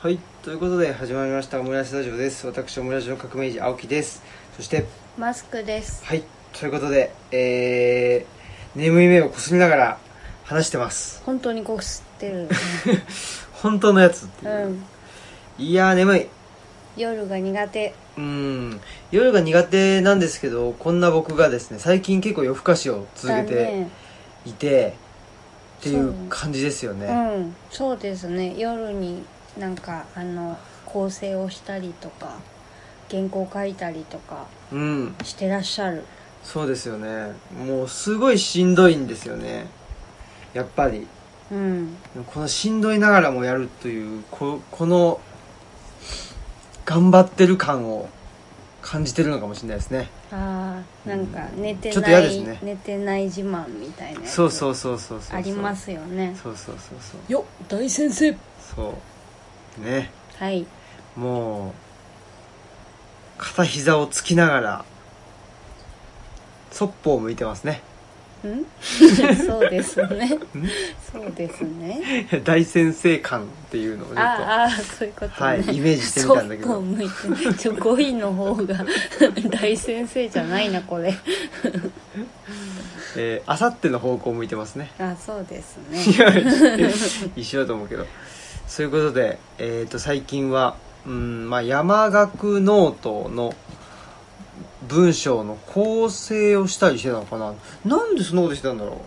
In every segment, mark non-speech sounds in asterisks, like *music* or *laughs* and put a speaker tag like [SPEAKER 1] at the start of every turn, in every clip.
[SPEAKER 1] はいということで始まりましたオムライスラジオです私オムラジオの革命児青木ですそして
[SPEAKER 2] マスクです
[SPEAKER 1] はいということでえー、眠い目をこすりながら話してます
[SPEAKER 2] 本当にこすっ
[SPEAKER 1] *laughs*
[SPEAKER 2] てる、
[SPEAKER 1] 本当のやつって
[SPEAKER 2] う
[SPEAKER 1] いう、
[SPEAKER 2] ん、
[SPEAKER 1] いやー眠い
[SPEAKER 2] 夜が苦手
[SPEAKER 1] うん夜が苦手なんですけどこんな僕がですね最近結構夜更かしを続
[SPEAKER 2] だ
[SPEAKER 1] けて
[SPEAKER 2] ね
[SPEAKER 1] いて、っていう感じですよね、
[SPEAKER 2] うんそうですね夜になんかあの構成をしたりとか原稿書いたりとか
[SPEAKER 1] うん、
[SPEAKER 2] してらっしゃる
[SPEAKER 1] そうですよねもうすごいしんどいんですよねやっぱり
[SPEAKER 2] うん
[SPEAKER 1] このしんどいながらもやるというここの頑張ってる感を感じてるのかもしれないですね
[SPEAKER 2] あーなんか寝て
[SPEAKER 1] ちょっと
[SPEAKER 2] な
[SPEAKER 1] 嫌
[SPEAKER 2] い、
[SPEAKER 1] ですね
[SPEAKER 2] 寝てない自慢みたいなやつ
[SPEAKER 1] そうそうそうそうそうそう
[SPEAKER 2] ありますよね
[SPEAKER 1] そうそうそうそう
[SPEAKER 2] よっ大先生
[SPEAKER 1] そうね
[SPEAKER 2] はい
[SPEAKER 1] もう片膝をつきながらそっぽを向いてますね *laughs*
[SPEAKER 2] ん *laughs* そうですねそうですね
[SPEAKER 1] 大先生感っていうのをちょっと
[SPEAKER 2] ああそういうことね、
[SPEAKER 1] はいイメージしてみたんだけ
[SPEAKER 2] そっぽ
[SPEAKER 1] ど
[SPEAKER 2] 向いてちょ5位の方が大先生じゃないなこれ *laughs*
[SPEAKER 1] えーあさっての方向を向いてますね
[SPEAKER 2] あそうです
[SPEAKER 1] い
[SPEAKER 2] ね
[SPEAKER 1] や *laughs* 一緒だと思うけどそういうことで、えー、と最近は、うんまあ、山岳ノートの文章の構成をしたりしてたのかななんでそんなことしてたんだろ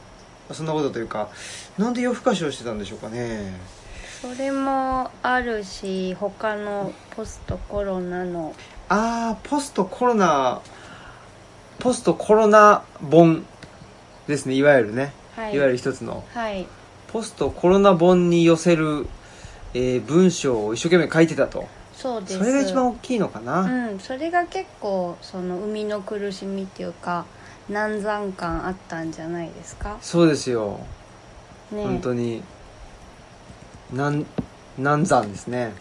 [SPEAKER 1] うそんなことというかなんで夜更かしをしてたんでしょうかね
[SPEAKER 2] それもあるし他のポストコロナの
[SPEAKER 1] ああポストコロナポストコロナ本ですねいわゆるね、
[SPEAKER 2] はい
[SPEAKER 1] い、わゆる一つの
[SPEAKER 2] はい
[SPEAKER 1] ポストコロナ本に寄せる、えー文章を一生懸命書いてたと
[SPEAKER 2] そうです
[SPEAKER 1] それが一番大きいのかな、
[SPEAKER 2] うんそれが結構その生みの苦しみっていうか難産感あったんじゃないですか
[SPEAKER 1] そうですよ、
[SPEAKER 2] ね
[SPEAKER 1] 本当になん難産ですね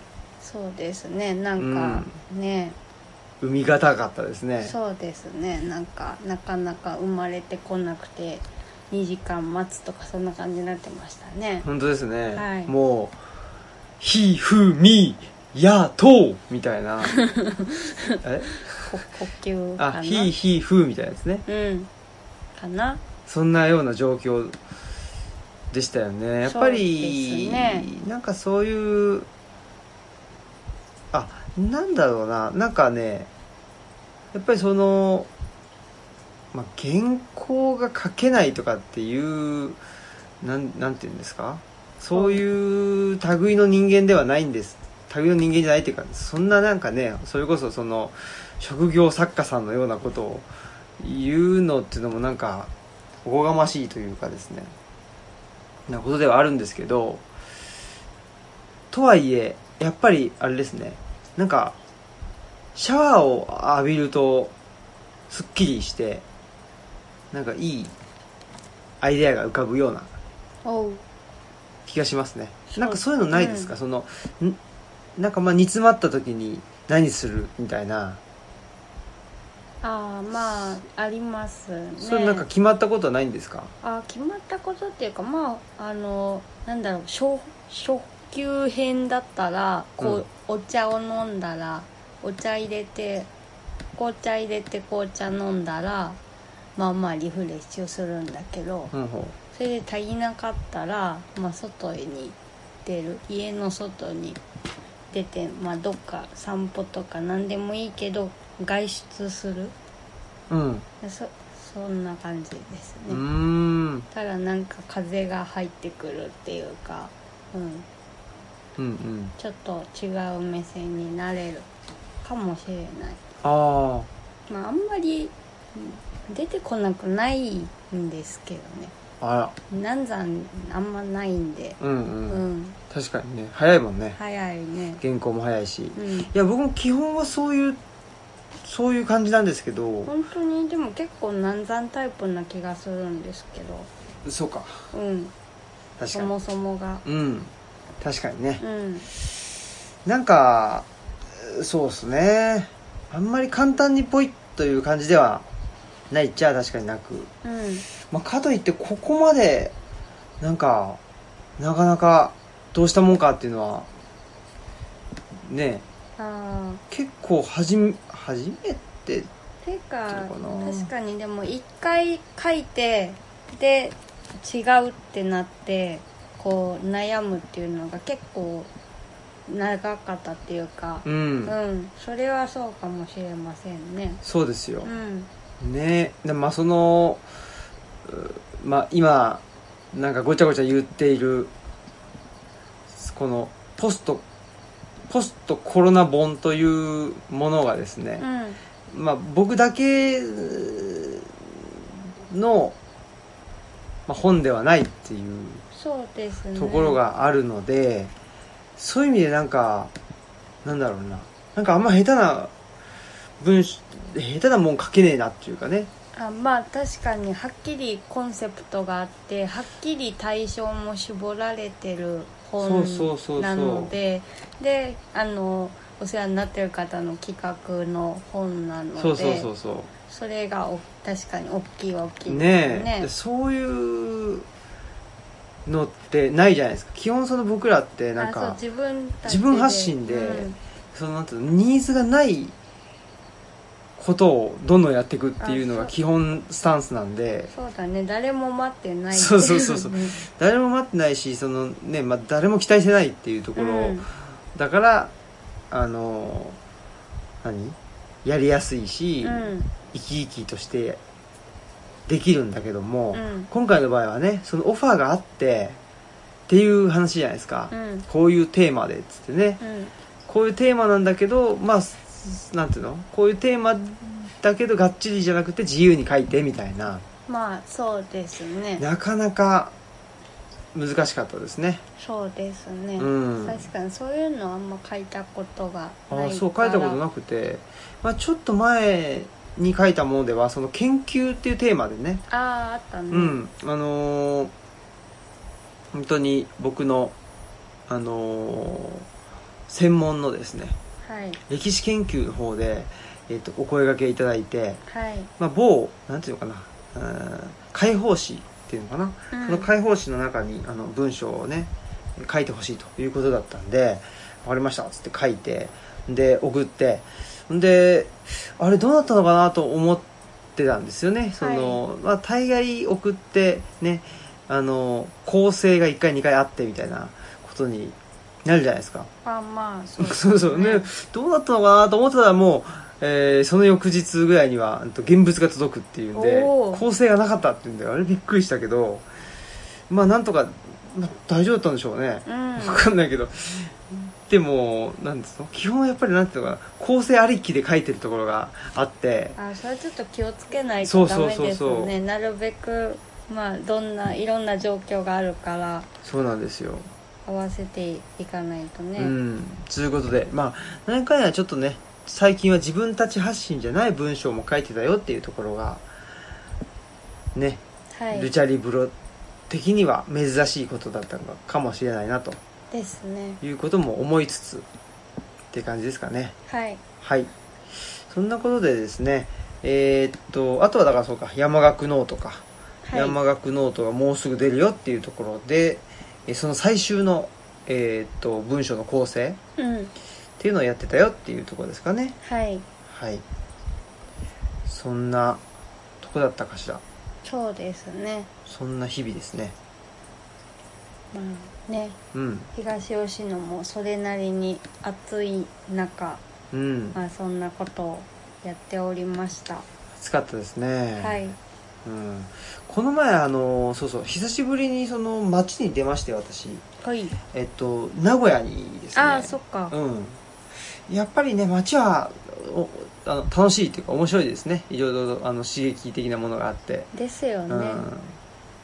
[SPEAKER 2] そうですねなんか、ね
[SPEAKER 1] 産みがたかったですね
[SPEAKER 2] そうですねなんかなかなか生まれてこなくて2時間待つとかそんな感じになってましたね
[SPEAKER 1] 本当ですね、
[SPEAKER 2] はい
[SPEAKER 1] もう「ひふみやとう」みたい
[SPEAKER 2] *laughs*
[SPEAKER 1] なえ
[SPEAKER 2] こ *laughs* 呼吸か
[SPEAKER 1] あ
[SPEAKER 2] な
[SPEAKER 1] ひひふ」みたいなですね
[SPEAKER 2] うんかな
[SPEAKER 1] そんなような状況でしたよねやっぱ
[SPEAKER 2] そうで
[SPEAKER 1] り、
[SPEAKER 2] すね
[SPEAKER 1] なんかそういうあなんだろうななんかねやっぱりその、まあ、原稿が書けないとかっていうなんなんていうんですかそういう類の人間ではないんです類の人間じゃないっていうかそんななんかねそれこそその職業作家さんのようなことを言うのっていうのもなんかおこがましいというかですねなことではあるんですけどとはいえやっぱりあれですねなんかシャワーを浴びるとすっきりしてなんかいいアイデアが浮かぶような
[SPEAKER 2] おう
[SPEAKER 1] 気がしますね
[SPEAKER 2] そう
[SPEAKER 1] なんかそういうのないですか、
[SPEAKER 2] う
[SPEAKER 1] そのんなんかまあ煮詰まった時に何するみたいな、
[SPEAKER 2] ああまあありますね
[SPEAKER 1] そういうなんか決まったことはないんですか
[SPEAKER 2] あ決まったことっていうかまああのなんだろう初初級編だったらこう、お茶を飲んだらお茶入れて紅茶入れて紅茶飲んだらまあまあリフレッシュするんだけど、
[SPEAKER 1] うんほ
[SPEAKER 2] それで足りなかったら、まあ、外に出る家の外に出て、まあ、どっか散歩とか何でもいいけど外出する
[SPEAKER 1] ううん
[SPEAKER 2] そそんな感じです
[SPEAKER 1] うー
[SPEAKER 2] ね、
[SPEAKER 1] ん
[SPEAKER 2] ただなんか風が入ってくるっていうか、うん、
[SPEAKER 1] うんうん
[SPEAKER 2] ちょっと違う目線になれるかもしれない、
[SPEAKER 1] あ
[SPEAKER 2] まあ、あんまりうん出てこなくないんですけどね
[SPEAKER 1] ああら
[SPEAKER 2] 難産あんまないんで
[SPEAKER 1] うんうん、
[SPEAKER 2] うん
[SPEAKER 1] 確かにね早いもんね
[SPEAKER 2] 早いね
[SPEAKER 1] 原稿も早いし、い
[SPEAKER 2] うん
[SPEAKER 1] や僕も基本はそういうそういう感じなんですけど、
[SPEAKER 2] 本当にでも結構難産タイプな気がするんですけど
[SPEAKER 1] そうか
[SPEAKER 2] うん
[SPEAKER 1] 確
[SPEAKER 2] そ
[SPEAKER 1] かに
[SPEAKER 2] もそもが
[SPEAKER 1] うん確かにね
[SPEAKER 2] うん
[SPEAKER 1] なんかそうっすねあんまり簡単にポイッという感じではないっちゃ確かになく、
[SPEAKER 2] うん
[SPEAKER 1] まあ、かといってここまでなんかなかなかどうしたもんかっていうのはね
[SPEAKER 2] ああ
[SPEAKER 1] 結構はじめ初めて
[SPEAKER 2] てか
[SPEAKER 1] どうかな
[SPEAKER 2] 確かにでも一回書いてで違うってなってこう悩むっていうのが結構長かったっていうか
[SPEAKER 1] う
[SPEAKER 2] うん
[SPEAKER 1] ん、、
[SPEAKER 2] それはそうかもしれませんね
[SPEAKER 1] そうですよ
[SPEAKER 2] う、ん
[SPEAKER 1] ねでまあそのうまあ今なんかごちゃごちゃ言っているこのポストポストコロナ本というものがですね
[SPEAKER 2] う、ん
[SPEAKER 1] まあ僕だけうの、まあ、本ではないっていう
[SPEAKER 2] そうですね
[SPEAKER 1] ところがあるので、そういう意味でなんかなんだろうななんかあんま下手な文章下手なもん書けねえなっていうかね
[SPEAKER 2] あまあ確かにはっきりコンセプトがあってはっきり対象も絞られてる本
[SPEAKER 1] そうそうそうそう
[SPEAKER 2] なのでであのお世話になってる方の企画の本なので
[SPEAKER 1] そうそうそうそ
[SPEAKER 2] それがお確かに大きいは大き
[SPEAKER 1] う
[SPEAKER 2] い
[SPEAKER 1] ねえでそういうのってないじゃないですか基本その僕らってなん
[SPEAKER 2] あそう
[SPEAKER 1] か
[SPEAKER 2] 自分たち
[SPEAKER 1] 自
[SPEAKER 2] で
[SPEAKER 1] 分発信で
[SPEAKER 2] うん
[SPEAKER 1] そのなんていうのニーズがないことをどんどんやっていくっていうの
[SPEAKER 2] あ
[SPEAKER 1] が
[SPEAKER 2] そう
[SPEAKER 1] 基本スタンスなんで
[SPEAKER 2] そうだね誰も待ってない
[SPEAKER 1] そうそうそうそう
[SPEAKER 2] ん
[SPEAKER 1] 誰も待ってないしその、ねまあ、誰も期待してないっていうところ、
[SPEAKER 2] うん
[SPEAKER 1] だからあの何やりやすいし、
[SPEAKER 2] うん
[SPEAKER 1] 生き生きとしてできるんだけども、
[SPEAKER 2] うん
[SPEAKER 1] 今回の場合はねそのオファーがあってっていう話じゃないですか、
[SPEAKER 2] うん
[SPEAKER 1] こういうテーマでっつってね
[SPEAKER 2] うん
[SPEAKER 1] こういうテーマなんだけどまあすなんていうのこういうテーマだけどがっちりじゃなくて自由に書いてみたいな
[SPEAKER 2] まあそうですね
[SPEAKER 1] なかなか難しかったですね
[SPEAKER 2] そうですね、
[SPEAKER 1] うん
[SPEAKER 2] 確かにそういうのはあんま書いたことが
[SPEAKER 1] あ
[SPEAKER 2] ないから
[SPEAKER 1] あそう書いたことなくて、まあ、ちょっと前に書いたものではその研究っていうテーマでね、
[SPEAKER 2] あああったね
[SPEAKER 1] うんあのー本当に僕の、あのー専門のですね
[SPEAKER 2] はい
[SPEAKER 1] 歴史研究の方で、えっとお声掛けいただいて、
[SPEAKER 2] はい、
[SPEAKER 1] まあ、某なんていうのかなうん解放誌っていうのかな、
[SPEAKER 2] うん
[SPEAKER 1] その解放誌の中にあの文章をね書いてほしいということだったんで「分かりました」っつって書いてで送ってであれどうなったのかなと思ってたんですよねその、まあ、大概送ってねあの構成が1回2回あってみたいなことになるじゃないですか
[SPEAKER 2] まあまあそう
[SPEAKER 1] *laughs* そうそうね、どうなったのかなと思ってたらもう、えーその翌日ぐらいにはうんと現物が届くっていうんで
[SPEAKER 2] おー
[SPEAKER 1] 構成がなかったっていうんであれびっくりしたけどまあなんとか、まあ大丈夫だったんでしょうね、
[SPEAKER 2] うん
[SPEAKER 1] わかんないけどでもなんですの基本はやっぱりなんていうのかな構成ありきで書いてるところがあって
[SPEAKER 2] あそれはちょっと気をつけない
[SPEAKER 1] そ
[SPEAKER 2] と
[SPEAKER 1] う
[SPEAKER 2] ダ
[SPEAKER 1] そう
[SPEAKER 2] メ
[SPEAKER 1] そう
[SPEAKER 2] です
[SPEAKER 1] そう
[SPEAKER 2] ねなるべくまあどんないろんな状況があるから
[SPEAKER 1] そうなんですよ、
[SPEAKER 2] 合わせていかないとね、
[SPEAKER 1] うんということでまあ何回かちょっとね最近は自分たち発信じゃない文章も書いてたよっていうところがね
[SPEAKER 2] はい
[SPEAKER 1] ルチャリブロ的には珍しいことだったのかもしれないなと
[SPEAKER 2] ですね
[SPEAKER 1] いうことも思いつつって感じですかね
[SPEAKER 2] はい
[SPEAKER 1] はいそんなことでですねえーっとあとはだからそうか山岳ノートか、
[SPEAKER 2] はい
[SPEAKER 1] 山岳ノートがもうすぐ出るよっていうところでえその最終の、えーっと文章の構成っ
[SPEAKER 2] うん
[SPEAKER 1] ていうのをやってたよっていうところですかね
[SPEAKER 2] はい
[SPEAKER 1] はいそんなとこだったかしら
[SPEAKER 2] そうですね
[SPEAKER 1] そんな日々ですね
[SPEAKER 2] まあね
[SPEAKER 1] うん
[SPEAKER 2] 東吉野もそれなりに暑い中、
[SPEAKER 1] うん
[SPEAKER 2] まあ、そんなことをやっておりました、
[SPEAKER 1] 暑かったですね、
[SPEAKER 2] はい
[SPEAKER 1] うん、この前あのそうそう久しぶりにその街に出まして私
[SPEAKER 2] はい
[SPEAKER 1] えっと名古屋にですね
[SPEAKER 2] ああそっか
[SPEAKER 1] うんやっぱりね街はおあの楽しいというか面白いですねいろいろあの刺激的なものがあって、
[SPEAKER 2] ですよ
[SPEAKER 1] う
[SPEAKER 2] ね
[SPEAKER 1] ん、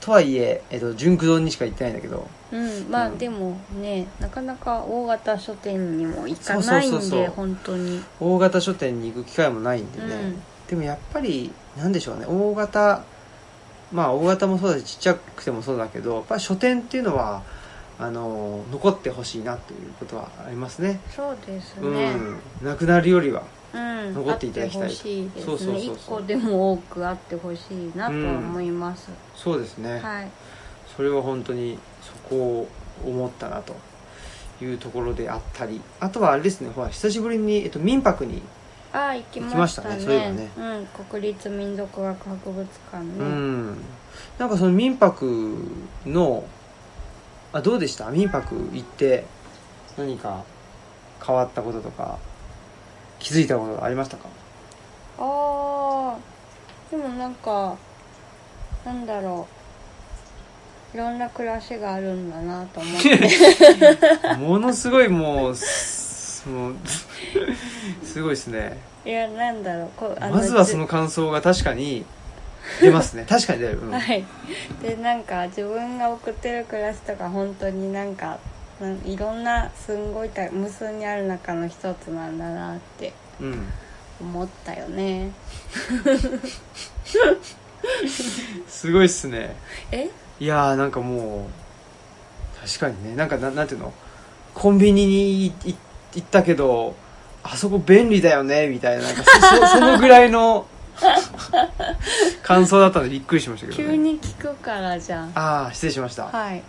[SPEAKER 1] とはいえ、えっと、純駆堂にしか行ってないんだけど
[SPEAKER 2] うん、まあ、
[SPEAKER 1] うん
[SPEAKER 2] でもねなかなか大型書店にも行か
[SPEAKER 1] そうそ
[SPEAKER 2] な
[SPEAKER 1] う
[SPEAKER 2] いんで
[SPEAKER 1] そうそう
[SPEAKER 2] 本当に
[SPEAKER 1] 大型書店に行く機会もないんでね、
[SPEAKER 2] うん
[SPEAKER 1] でもやっぱりなんでしょうね大型まあ大型もそうだしちっちゃくてもそうだけどやっぱり書店っていうのはあの残ってほしいなということはありますね
[SPEAKER 2] そうですね
[SPEAKER 1] うんなくなるよりは
[SPEAKER 2] うん、
[SPEAKER 1] 残っていただきたい
[SPEAKER 2] あってほしいですね
[SPEAKER 1] そうそうそう
[SPEAKER 2] 一
[SPEAKER 1] そう
[SPEAKER 2] 個でも多くあってほしいなとは思います、
[SPEAKER 1] そうですね、
[SPEAKER 2] はい
[SPEAKER 1] それは本当にそこを思ったなというところであったりあとはあれですねほら久しぶりに、えっと、民泊に
[SPEAKER 2] ああ行き
[SPEAKER 1] 行きま
[SPEAKER 2] ま
[SPEAKER 1] し
[SPEAKER 2] したた
[SPEAKER 1] ね
[SPEAKER 2] ね
[SPEAKER 1] そういえばね
[SPEAKER 2] うん、国立民族学博物館ね、
[SPEAKER 1] うん、なんかその民泊のあどうでした民泊行って何か変わったこととか気づいたことありま *laughs* したか
[SPEAKER 2] あーでもなんかなんだろういろんな暮らしがあるんだなと思って
[SPEAKER 1] *laughs* ものすごいもうすもうすごいですね
[SPEAKER 2] いやなんだろうこう
[SPEAKER 1] まずは
[SPEAKER 2] じ
[SPEAKER 1] その感想が確かに出ます *laughs* ね確かに出る、うん
[SPEAKER 2] *laughs* はいでなんか自分が送ってる暮らしとか本当になんかなんいろんなすんごいた無数にある中の一つなんだなって
[SPEAKER 1] うん、
[SPEAKER 2] 思ったよね
[SPEAKER 1] すごいっすね
[SPEAKER 2] え
[SPEAKER 1] いやーなんかもう確かにねなんかななんていうのコンビニにいい行ったけどあそこ便利だよねみたいななんかそそそのぐらい
[SPEAKER 2] *laughs*
[SPEAKER 1] の感想だったのでびっくりしましたけど、ね、
[SPEAKER 2] 急に聞くからじゃん
[SPEAKER 1] ああ失礼しました、
[SPEAKER 2] はい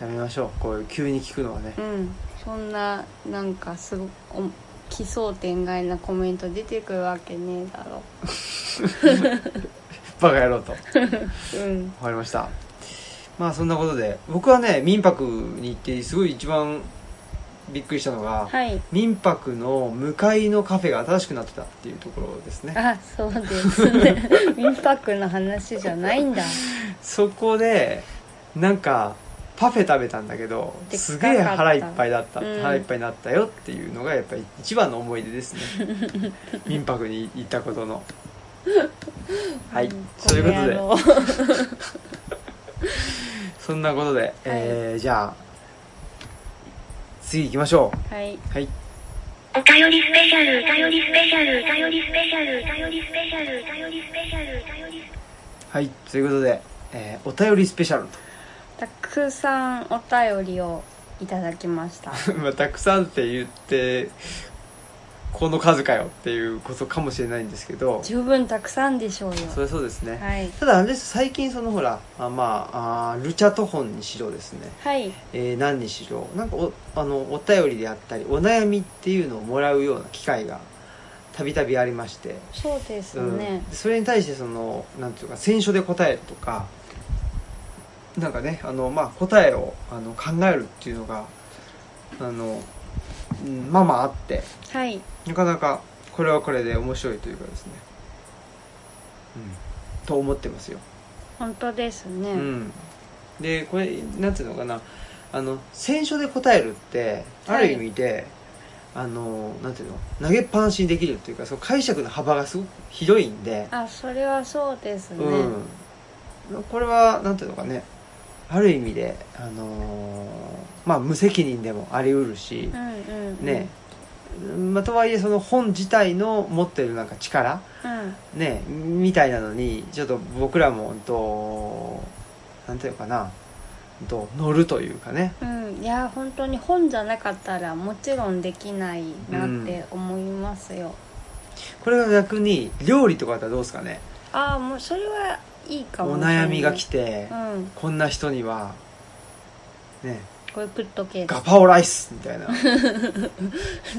[SPEAKER 1] やめましょうこういう急に聞くのはね
[SPEAKER 2] うんそんななんかすごお奇想天外なコメント出てくるわけねえだろ
[SPEAKER 1] バカ野郎とわ
[SPEAKER 2] うん
[SPEAKER 1] かりましたまあそんなことで僕はね民泊に行ってすごい一番びっくりしたのが、
[SPEAKER 2] はい
[SPEAKER 1] 民泊の向かいのカフェが新しくなってたっていうところですね
[SPEAKER 2] あそうです
[SPEAKER 1] *laughs*
[SPEAKER 2] ね民泊の話じゃないんだ
[SPEAKER 1] そこでなんかパフェ食べたんだけど
[SPEAKER 2] でっかかった
[SPEAKER 1] すげえ腹いっぱいだった、
[SPEAKER 2] うん
[SPEAKER 1] 腹いっぱいになったよっていうのがやっぱり一番の思い出ですね
[SPEAKER 2] *laughs*
[SPEAKER 1] 民泊に行ったことのはいということで
[SPEAKER 2] この野郎
[SPEAKER 1] そんなことで、えーじゃあ次行きましょ
[SPEAKER 2] はい、
[SPEAKER 1] うはい
[SPEAKER 3] お便りスペシャル、お便りスペシャル、お便りスペシャル、お便りスペシャル、お便りスペシャル、お便りスペシャル。
[SPEAKER 1] はいということで、えーお便りスペシャル
[SPEAKER 2] たくさんお便りをいただきました
[SPEAKER 1] と *laughs* まあたくさんって言ってこの数かよっていうことかもしれないんですけど
[SPEAKER 2] 十分たくさんでしょうよ
[SPEAKER 1] それそうですね、
[SPEAKER 2] はい
[SPEAKER 1] ただあれです最近そのほらあまああールチャトホンにしろですね、
[SPEAKER 2] はい
[SPEAKER 1] えー何にしろなんかおあのお便りであったりお悩みっていうのをもらうような機会がたびたびありまして、
[SPEAKER 2] そうです
[SPEAKER 1] ん
[SPEAKER 2] ね、
[SPEAKER 1] それに対してそのなんていうか選書で答えるとかなんかねあの、まあ、答えをあの考えるっていうのがあのうんまあまああって
[SPEAKER 2] はい
[SPEAKER 1] なかなかこれはこれで面白いというかですね、うん、と思ってますよ
[SPEAKER 2] 本当ですね、
[SPEAKER 1] うん、でこれなんていうのかなあの選書で答えるってあ
[SPEAKER 2] はい
[SPEAKER 1] る意味で、あのなんていうの投げっぱなしにできるっていうかその解釈の幅がすごく広いんで、
[SPEAKER 2] あそれはそうですね、
[SPEAKER 1] うん、これはなんていうのかねある意味で、あのーまあ、無責任でもあり得るし
[SPEAKER 2] う、んうんうん
[SPEAKER 1] ねまあ、とはいえその本自体の持ってるなんか力、
[SPEAKER 2] うん
[SPEAKER 1] ねみたいなのにちょっと僕らもうんとなんていうのかなうんと乗るというかね
[SPEAKER 2] うん、いや本当に本じゃなかったらもちろんできないなって思いますよ、
[SPEAKER 1] これが逆に料理とかだったらどうですかね
[SPEAKER 2] ああもうそれはいいかも
[SPEAKER 1] お
[SPEAKER 2] しれない
[SPEAKER 1] 悩みが来て
[SPEAKER 2] う、ん
[SPEAKER 1] こんな人にはね
[SPEAKER 2] これ食っとけ
[SPEAKER 1] ガパオライスみたいな
[SPEAKER 2] *laughs*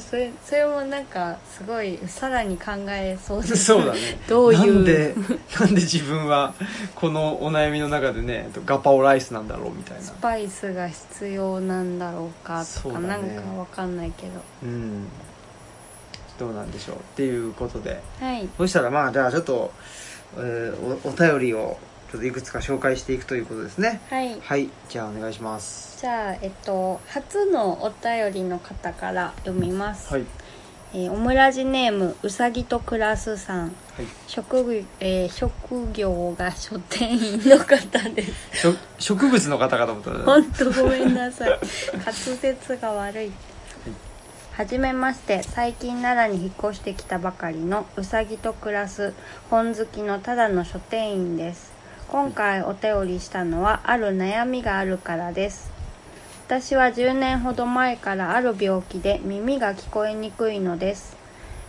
[SPEAKER 2] それそれもなんかすごいさらに考えそうです
[SPEAKER 1] そうだね
[SPEAKER 2] どういう
[SPEAKER 1] なんでなんで自分はこのお悩みの中でねガパオライスなんだろうみたいな
[SPEAKER 2] スパイスが必要なんだろうか
[SPEAKER 1] そ
[SPEAKER 2] と
[SPEAKER 1] うだ
[SPEAKER 2] か、
[SPEAKER 1] ね
[SPEAKER 2] なんかわかんないけど
[SPEAKER 1] うんどうなんでしょうっていうことで
[SPEAKER 2] はい
[SPEAKER 1] そしたらまあじゃあちょっと、えーおお便りをちょっといくつか紹介していくということですね
[SPEAKER 2] はい
[SPEAKER 1] はいじゃあお願いします
[SPEAKER 2] じゃあえっと初のお便りの方から読みます、
[SPEAKER 1] はい
[SPEAKER 2] えーオムラジネームうさぎと暮らすさん
[SPEAKER 1] はい
[SPEAKER 2] 職業、えー職業が書店員の方です。
[SPEAKER 1] しょ植物の方かと思ったら
[SPEAKER 2] 本当ごめんなさい。滑舌が悪い。はじめまして、最近奈良に引っ越してきたばかりのうさぎと暮らす本好きのただの書店員です。今回お便りしたのはある悩みがあるからです。私は10年ほど前からある病気で耳が聞こえにくいのです。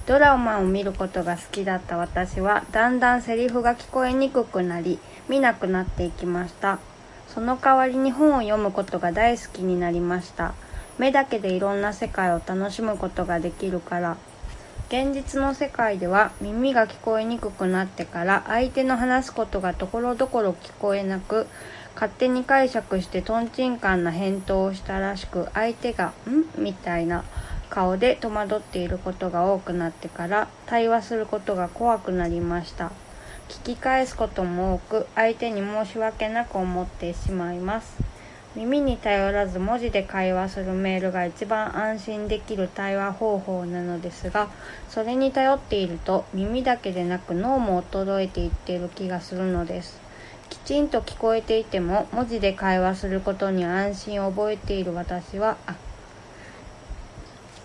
[SPEAKER 2] ドラマを見ることが好きだった私はだんだんセリフが聞こえにくくなり見なくなっていきましたその代わりに本を読むことが大好きになりました目だけでいろんな世界を楽しむことができるから現実の世界では耳が聞こえにくくなってから相手の話すことがところどころ聞こえなく勝手に解釈してとんちんカンな返答をしたらしく相手が「ん?」みたいな顔で戸惑っていることが多くなってから対話することが怖くなりました聞き返すことも多く相手に申し訳なく思ってしまいます耳に頼らず文字で会話するメールが一番安心できる対話方法なのですがそれに頼っていると耳だけでなく脳も衰えていっている気がするのですきちんと聞こえていても文字で会話することに安心を覚えている私はあ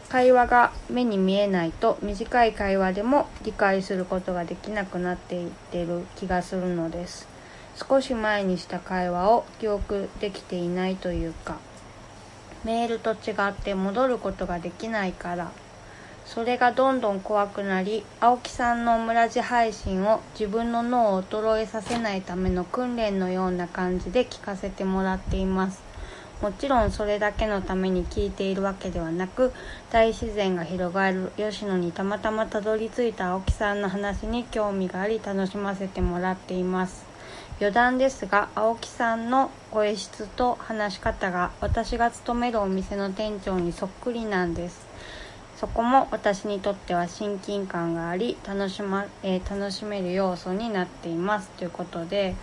[SPEAKER 2] 会話が目に見えないと短い会話でも理解することができなくなっていってる気がするのです少し前にした会話を記憶できていないというかメールと違って戻ることができないからそれがどんどん怖くなり青木さんのオムラジ配信を自分の脳を衰えさせないための訓練のような感じで聞かせてもらっていますもちろんそれだけのために聞いているわけではなく大自然が広がる吉野にたまたまたどり着いた青木さんの話に興味があり楽しませてもらっています余談ですが青木さんの声質と話し方が私が勤めるお店の店長にそっくりなんですそこも私にとっては親近感があり楽し,、まえー楽しめる要素になっていますということで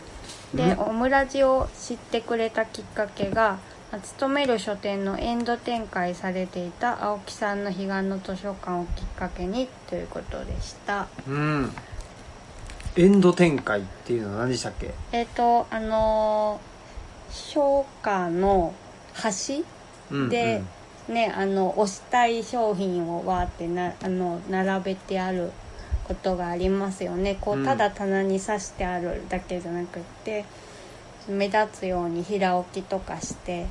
[SPEAKER 2] で
[SPEAKER 1] うん
[SPEAKER 2] オムラジを知ってくれたきっかけが勤める書店のエンド展開されていた青木さんの彼岸の図書館をきっかけにということでした。
[SPEAKER 1] うんエンド展開っていうのは何でしたっけ
[SPEAKER 2] えっ、とあのー、商家の端
[SPEAKER 1] うん
[SPEAKER 2] で、ねあの推したい商品をわーってなあの並べてあることがありますよねこ
[SPEAKER 1] う
[SPEAKER 2] うんただ棚に刺してあるだけじゃなくって、目立つように平置きとかして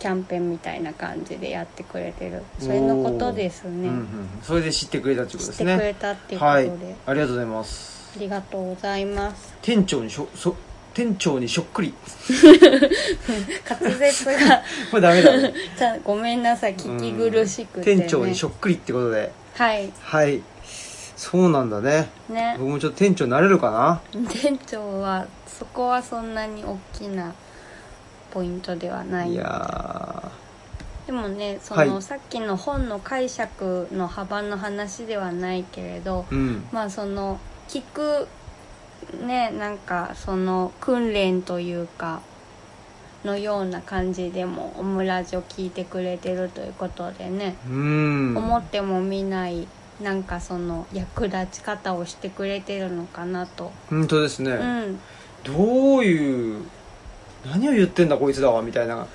[SPEAKER 2] キャンペーンみたいな感じでやってくれてるそれのことです
[SPEAKER 1] うん
[SPEAKER 2] ね、
[SPEAKER 1] うんうんそれで知ってくれたっていうことで
[SPEAKER 2] し
[SPEAKER 1] す
[SPEAKER 2] て
[SPEAKER 1] ね
[SPEAKER 2] くれたっていうことで、
[SPEAKER 1] はいありがとうございます
[SPEAKER 2] ありがとうございます
[SPEAKER 1] 店長にしょそ店長にしょっくり *laughs*
[SPEAKER 2] 滑舌が
[SPEAKER 1] これダメだ
[SPEAKER 2] *laughs*
[SPEAKER 1] ね
[SPEAKER 2] ちゃんごめんなさい聞き苦しくて、
[SPEAKER 1] うん
[SPEAKER 2] ね、
[SPEAKER 1] 店長にしょっくりってことで
[SPEAKER 2] はい
[SPEAKER 1] はいそうなんだね
[SPEAKER 2] ね
[SPEAKER 1] 僕もちょっと店長になれるかな
[SPEAKER 2] 店長はそこはそんなに大きなポイントではないい
[SPEAKER 1] や
[SPEAKER 2] でもねその、
[SPEAKER 1] はい
[SPEAKER 2] さっきの本の解釈の幅の話ではないけれど
[SPEAKER 1] ーうん
[SPEAKER 2] まあその聞くねなんかその訓練というかのような感じでもオムラジを聞いてくれてるということでね、
[SPEAKER 1] うん
[SPEAKER 2] 思っても見ないなんかその役立ち方をしてくれてるのかなと、
[SPEAKER 1] 本当ですね、
[SPEAKER 2] うん、
[SPEAKER 1] どういう何を言ってんだこいつだわみたいな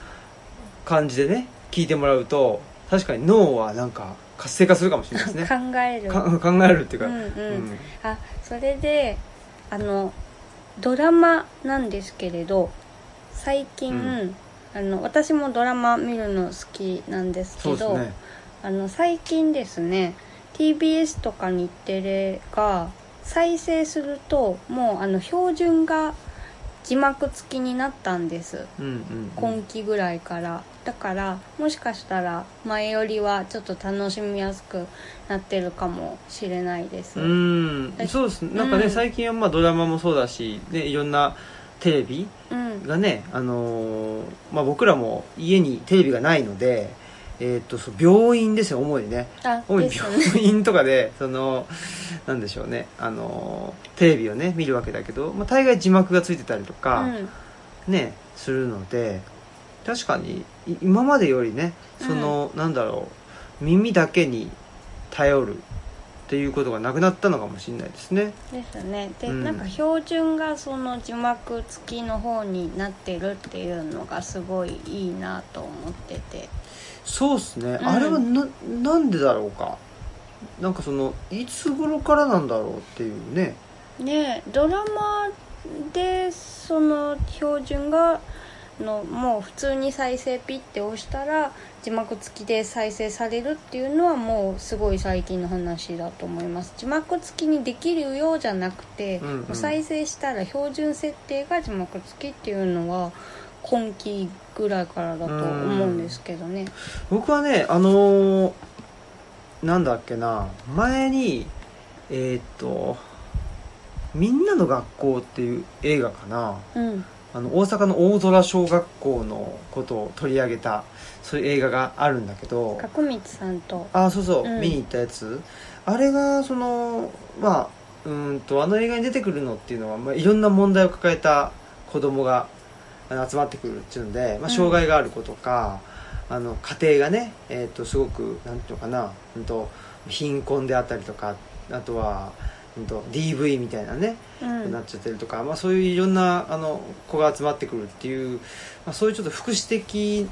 [SPEAKER 1] 感じでね聞いてもらうと確かに脳はなんか活性化するかもしれないで
[SPEAKER 2] *laughs*
[SPEAKER 1] すね
[SPEAKER 2] 考える
[SPEAKER 1] か考えるっていうか、
[SPEAKER 2] うんうん
[SPEAKER 1] うん
[SPEAKER 2] あそれであのドラマなんですけれど最近、
[SPEAKER 1] うん
[SPEAKER 2] あの私もドラマ見るの好きなんです
[SPEAKER 1] そう
[SPEAKER 2] け
[SPEAKER 1] です
[SPEAKER 2] ど、
[SPEAKER 1] ね
[SPEAKER 2] あの最近ですね TBS とか日テレが再生するともうあの標準が字幕付きになったんです
[SPEAKER 1] うんうん
[SPEAKER 2] 今期ぐらいからだからもしかしたら前よりはちょっと楽しみやすくなってるかもしれないです、
[SPEAKER 1] うんうんそうですなんかね、
[SPEAKER 2] うん
[SPEAKER 1] 最近はまあドラマもそうだしでいろんなテレビ
[SPEAKER 2] うん
[SPEAKER 1] がね、あのーまあ、僕らも家にテレビがないので、えーっとそう病院ですよ主にね
[SPEAKER 2] あ
[SPEAKER 1] 主に
[SPEAKER 2] ですね
[SPEAKER 1] 病院とかでそのなんでしょうね、あのーテレビをね見るわけだけど、まあ、大概字幕がついてたりとか、
[SPEAKER 2] うん
[SPEAKER 1] ねするので確かにい今までよりねその、なんだろう耳だけに頼るっていうことがなくなったのかもしれないですね。
[SPEAKER 2] ですねで、
[SPEAKER 1] うん
[SPEAKER 2] なんか標準がその字幕付きの方になってるっていうのがすごいいいなと思ってて
[SPEAKER 1] そうっすね、
[SPEAKER 2] ん
[SPEAKER 1] あれはななんでだろうかなんかそのいつ頃からなんだろうっていうね
[SPEAKER 2] でドラマでその標準がのもう普通に再生ピッて押したら字幕付きで再生されるっていうのはもうすごい最近の話だと思います字幕付きにできるようじゃなくて、
[SPEAKER 1] うんうん
[SPEAKER 2] もう再生したら標準設定が字幕付きっていうのは今期ぐらいからだと思うんですけどね
[SPEAKER 1] 僕はねあのーなんだっけな前にえーっと「みんなの学校」っていう映画かな
[SPEAKER 2] うん
[SPEAKER 1] あの大阪の大空小学校のことを取り上げたそういう映画があるんだけど
[SPEAKER 2] 角光さんと
[SPEAKER 1] あそうそう、
[SPEAKER 2] うん
[SPEAKER 1] 見に行ったやつあれがそのまあうーんとあの映画に出てくるのっていうのは、まあ、いろんな問題を抱えた子供があの集まってくるっていうので、まあ、
[SPEAKER 2] うん
[SPEAKER 1] 障害がある子とか、あの家庭がね、えー、とすごくなんていうのかな、うん、と貧困であったりとかあとは、うん、と DV みたいなね
[SPEAKER 2] うん
[SPEAKER 1] なっちゃってるとか、まあ、そういういろんなあの子が集まってくるっていう、まあ、そういうちょっと福祉的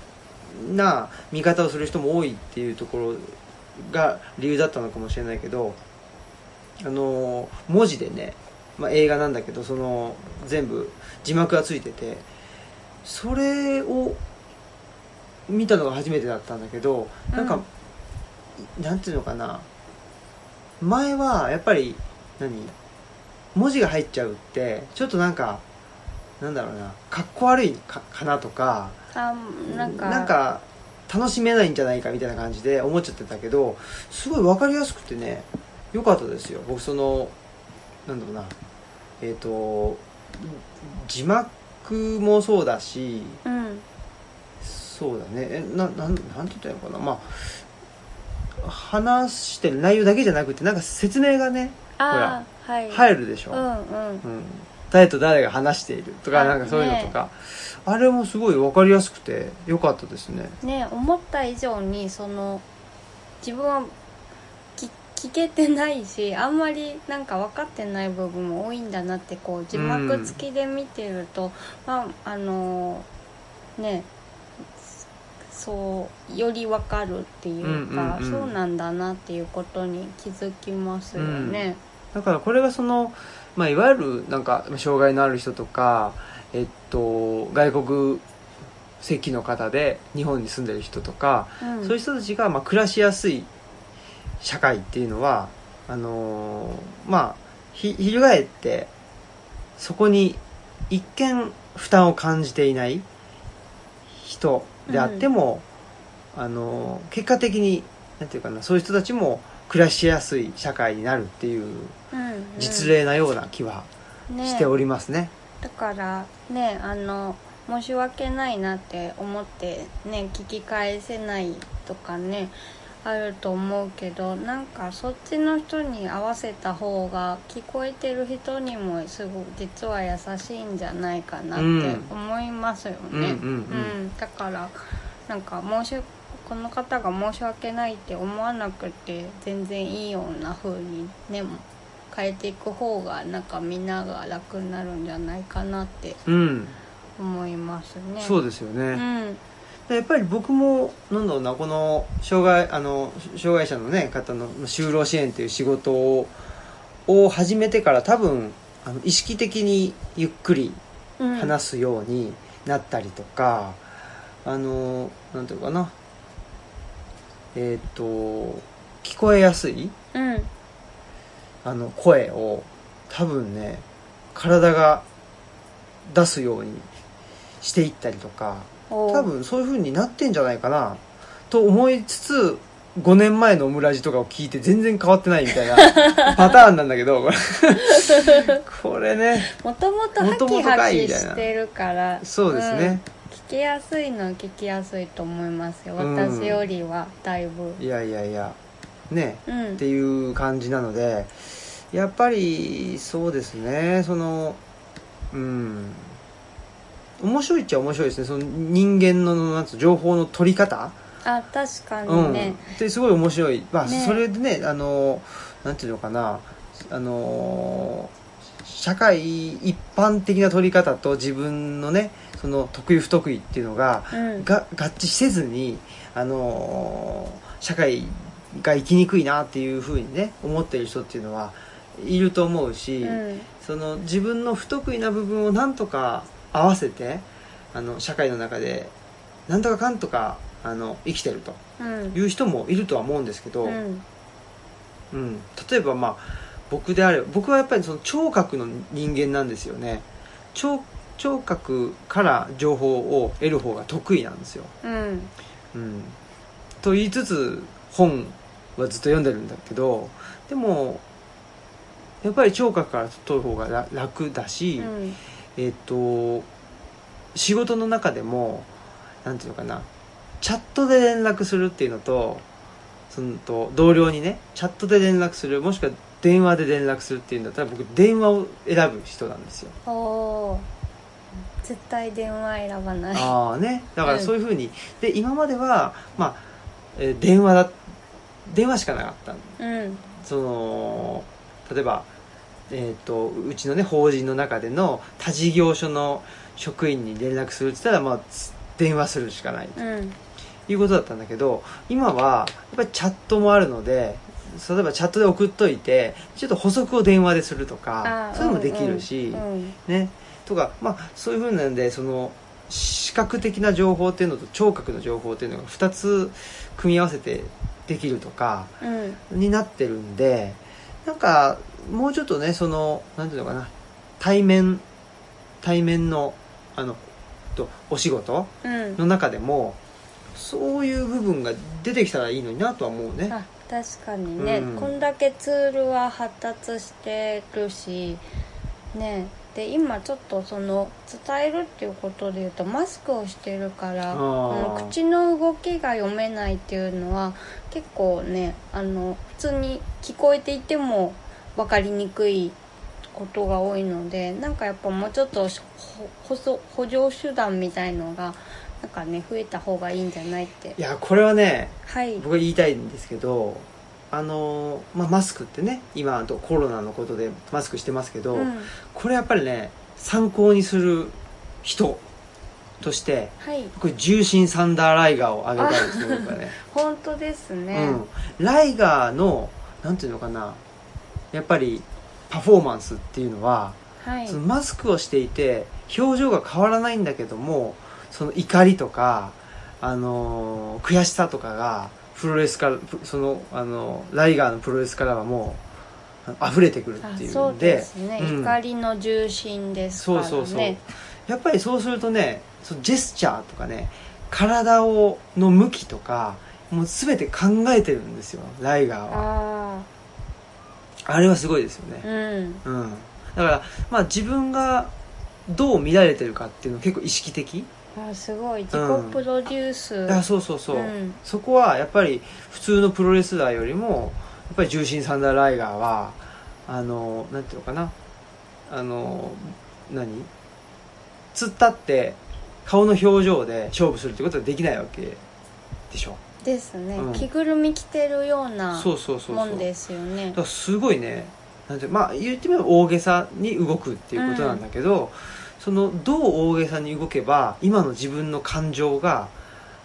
[SPEAKER 1] な見方をする人も多いっていうところが理由だったのかもしれないけどあの文字でね、まあ、映画なんだけどその全部字幕がついててそれを見たのが初めてだったんだけどなんか、なんていうのかな前はやっぱり何文字が入っちゃうってちょっとなんかなんだろうなかっこ悪いかかなとか
[SPEAKER 2] あなんか
[SPEAKER 1] か楽しめないんじゃないかみたいな感じで思っちゃってたけどすごい分かりやすくてね良かったですよ僕そのなんだろうなえっ、と字幕もそうだし
[SPEAKER 2] うん
[SPEAKER 1] そうだねえななんなんて言ったらいいのかなまあ話してる内容だけじゃなくてなんか説明がね
[SPEAKER 2] ああはい
[SPEAKER 1] 入るでしょ、
[SPEAKER 2] うんうん
[SPEAKER 1] うん、誰と誰が話しているとか
[SPEAKER 2] あ
[SPEAKER 1] なんかそういうのとか、あれもすごい分かりやすくて良かったですね
[SPEAKER 2] ね思った以上にその自分は聞聞けてないしあんまりなんか分かってない部分も多いんだなってこう字幕付きで見てると、まああのーねそうより分かるっていうか、
[SPEAKER 1] うんうんうん
[SPEAKER 2] そうなんだなっていうことに気づきますよね。
[SPEAKER 1] だからこれがその、まあ、いわゆるなんか障害のある人とか、えっと、外国籍の方で日本に住んでる人とか、
[SPEAKER 2] うん
[SPEAKER 1] そういう人たちがまあ暮らしやすい社会っていうのはあのーまあひ翻ってそこに一見負担を感じていない人であっても、あのー結果的になんていうかなそういう人たちも暮らしやすい社会になるっていう
[SPEAKER 2] うんうん
[SPEAKER 1] 実例なような気は
[SPEAKER 2] ね
[SPEAKER 1] しておりますね。
[SPEAKER 2] だからねあの申し訳ないなって思ってね聞き返せないとかねあると思うけどなんかそっちの人に合わせた方が聞こえてる人にもすごく実は優しいんじゃないかなって思いますよね。
[SPEAKER 1] うんうんうん
[SPEAKER 2] うんだからなんか申しこの方が申し訳ないって思わなくて全然いいような風にね変えていく方がなんかみんなが楽になるんじゃないかなって
[SPEAKER 1] うん、
[SPEAKER 2] 思いますね。
[SPEAKER 1] そう
[SPEAKER 2] う
[SPEAKER 1] ですよ
[SPEAKER 2] う
[SPEAKER 1] ね、
[SPEAKER 2] ん
[SPEAKER 1] でやっぱり僕もなんだろうなこの障害あの障害者の、ね、方の就労支援という仕事をを始めてから多分あの意識的にゆっくり
[SPEAKER 2] うん、
[SPEAKER 1] 話すようになったりとか、あのなんていうのかなえっ、と聞こえやすい
[SPEAKER 2] うん
[SPEAKER 1] あの声を多分ね体が出すようにしていったりとか
[SPEAKER 2] お
[SPEAKER 1] 多分そういう風になってんじゃないかなと思いつつ5年前のオムラジとかを聞いて全然変わってないみたいな *laughs* パターンなんだけどこれこれね
[SPEAKER 2] もともとハキ
[SPEAKER 1] 元々
[SPEAKER 2] ハ
[SPEAKER 1] がいい
[SPEAKER 2] キ
[SPEAKER 1] みたいな
[SPEAKER 2] してるから
[SPEAKER 1] そうですね、、
[SPEAKER 2] うん聞きやすいのは聞きやすいと思いますよ
[SPEAKER 1] うん
[SPEAKER 2] 私よりはだいぶ
[SPEAKER 1] いやいやいやね
[SPEAKER 2] うん、
[SPEAKER 1] っていう感じなのでやっぱりそうですねそのうん面白いっちゃ面白いですねその人間のなんつう情報の取り方、
[SPEAKER 2] あ確か
[SPEAKER 1] う
[SPEAKER 2] に
[SPEAKER 1] ん
[SPEAKER 2] ね、
[SPEAKER 1] ですごい面白い、まあ
[SPEAKER 2] ね
[SPEAKER 1] それでねあのなんていうのかなあの社会一般的な取り方と自分のねその得意不得意っていうのが
[SPEAKER 2] うん
[SPEAKER 1] が合致せずに、あのー社会が生きにくいなっていうふうにね思ってる人っていうのはいると思うし、
[SPEAKER 2] うん
[SPEAKER 1] その自分の不得意な部分をなんとか合わせてあの社会の中でなんとかかんとかあの生きてると
[SPEAKER 2] うん
[SPEAKER 1] いう人もいるとは思うんですけど、
[SPEAKER 2] うん
[SPEAKER 1] うん例えばまあ僕であれば僕はやっぱりその聴覚の人間なんですよね聴聴覚から情報を得る方が得意なんですよ、
[SPEAKER 2] うん
[SPEAKER 1] うん、と言いつつ本はずっと読んでるんだけどでもやっぱり聴覚から取る方が楽楽だし、
[SPEAKER 2] うん
[SPEAKER 1] えっと仕事の中でもなんていうのかなチャットで連絡するっていうのとそのと同僚にねチャットで連絡するもしくは電話で連絡するっていうんだったら僕電話を選ぶ人なんですよ
[SPEAKER 2] おお絶対電話選ばない
[SPEAKER 1] ああねだか
[SPEAKER 2] う
[SPEAKER 1] ら
[SPEAKER 2] ん
[SPEAKER 1] そういうふうに、で今までは、まあえー電話だ電話しかなかった
[SPEAKER 2] うん
[SPEAKER 1] その例えば、えー、とうちのね法人の中での他事業所の職員に連絡するって言ったら、まあ、つ電話するしかない
[SPEAKER 2] うん
[SPEAKER 1] ということだったんだけど今はやっぱりチャットもあるので例えばチャットで送っといてちょっと補足を電話でするとか
[SPEAKER 2] あー
[SPEAKER 1] そういうのもできるし、
[SPEAKER 2] うんうん
[SPEAKER 1] ね、とか、まあ、そういうふうなんでその視覚的な情報っていうのと聴覚の情報っていうのが2つ組み合わせてできるとか
[SPEAKER 2] うん
[SPEAKER 1] になってるんでなんかもうちょっとねそのなんていうのかな対面対面のあのとお仕事
[SPEAKER 2] うん
[SPEAKER 1] の中でもそういう部分が出てきたらいいのになとは思うね。
[SPEAKER 2] あ確かにね、
[SPEAKER 1] うん
[SPEAKER 2] こんだけツールは発達してるしねで今ちょっとその伝えるっていうことで言うとマスクをしてるから
[SPEAKER 1] あ
[SPEAKER 2] あ
[SPEAKER 1] ー
[SPEAKER 2] の口の動きが読めないっていうのは結構ねあの普通に聞こえていても分かりにくいことが多いのでなんかやっぱもうちょっとほ補助補助手段みたいのがなんかね増えた方がいいんじゃないって
[SPEAKER 1] いやこれはね
[SPEAKER 2] はい
[SPEAKER 1] 僕は言いたいんですけどあの、まあ、マスクってね今あとコロナのことでマスクしてますけど、
[SPEAKER 2] うん、
[SPEAKER 1] これやっぱりね参考にする人として
[SPEAKER 2] はい
[SPEAKER 1] 僕重心サンダーライガーを上げたいですね僕はね、
[SPEAKER 2] 本当です *laughs* ね、
[SPEAKER 1] うん、ライガーのなんていうのかなやっぱりパフォーマンスっていうのは、
[SPEAKER 2] はい
[SPEAKER 1] そのマスクをしていて表情が変わらないんだけどもその怒りとか、あのー悔しさとかがプロレスからプその、あのーライガーのプロレスからはもうあ溢れてくる
[SPEAKER 2] あ
[SPEAKER 1] ってい
[SPEAKER 2] そううん
[SPEAKER 1] で
[SPEAKER 2] ですね、
[SPEAKER 1] うん
[SPEAKER 2] 怒りの重心ですか
[SPEAKER 1] そう
[SPEAKER 2] らね
[SPEAKER 1] そうそうやっぱりそうするとねそのジェスチャーとかね体をの向きとかもう全て考えてるんですよライガーは
[SPEAKER 2] あ
[SPEAKER 1] あれはすごいですよね
[SPEAKER 2] あうん
[SPEAKER 1] うん、だから、まあ、自分がどう見られてるかっていうの結構意識的
[SPEAKER 2] あすごい自己プロデュース、
[SPEAKER 1] あそうそうそう、
[SPEAKER 2] うん
[SPEAKER 1] そこはやっぱり普通のプロレスラーよりもやっぱり重心サンダーライガーはあのなんていうのかなあの何突っ立って顔の表情で勝負するってことはできないわけでしょ
[SPEAKER 2] ですね、
[SPEAKER 1] うん
[SPEAKER 2] 着ぐるみ着てるような
[SPEAKER 1] そうそうそう
[SPEAKER 2] も
[SPEAKER 1] そうん
[SPEAKER 2] ですよね
[SPEAKER 1] だからすごいねなんてまあ言ってみれば大げさに動くっていうことなんだけど、そのどう大げさに動けば今の自分の感情が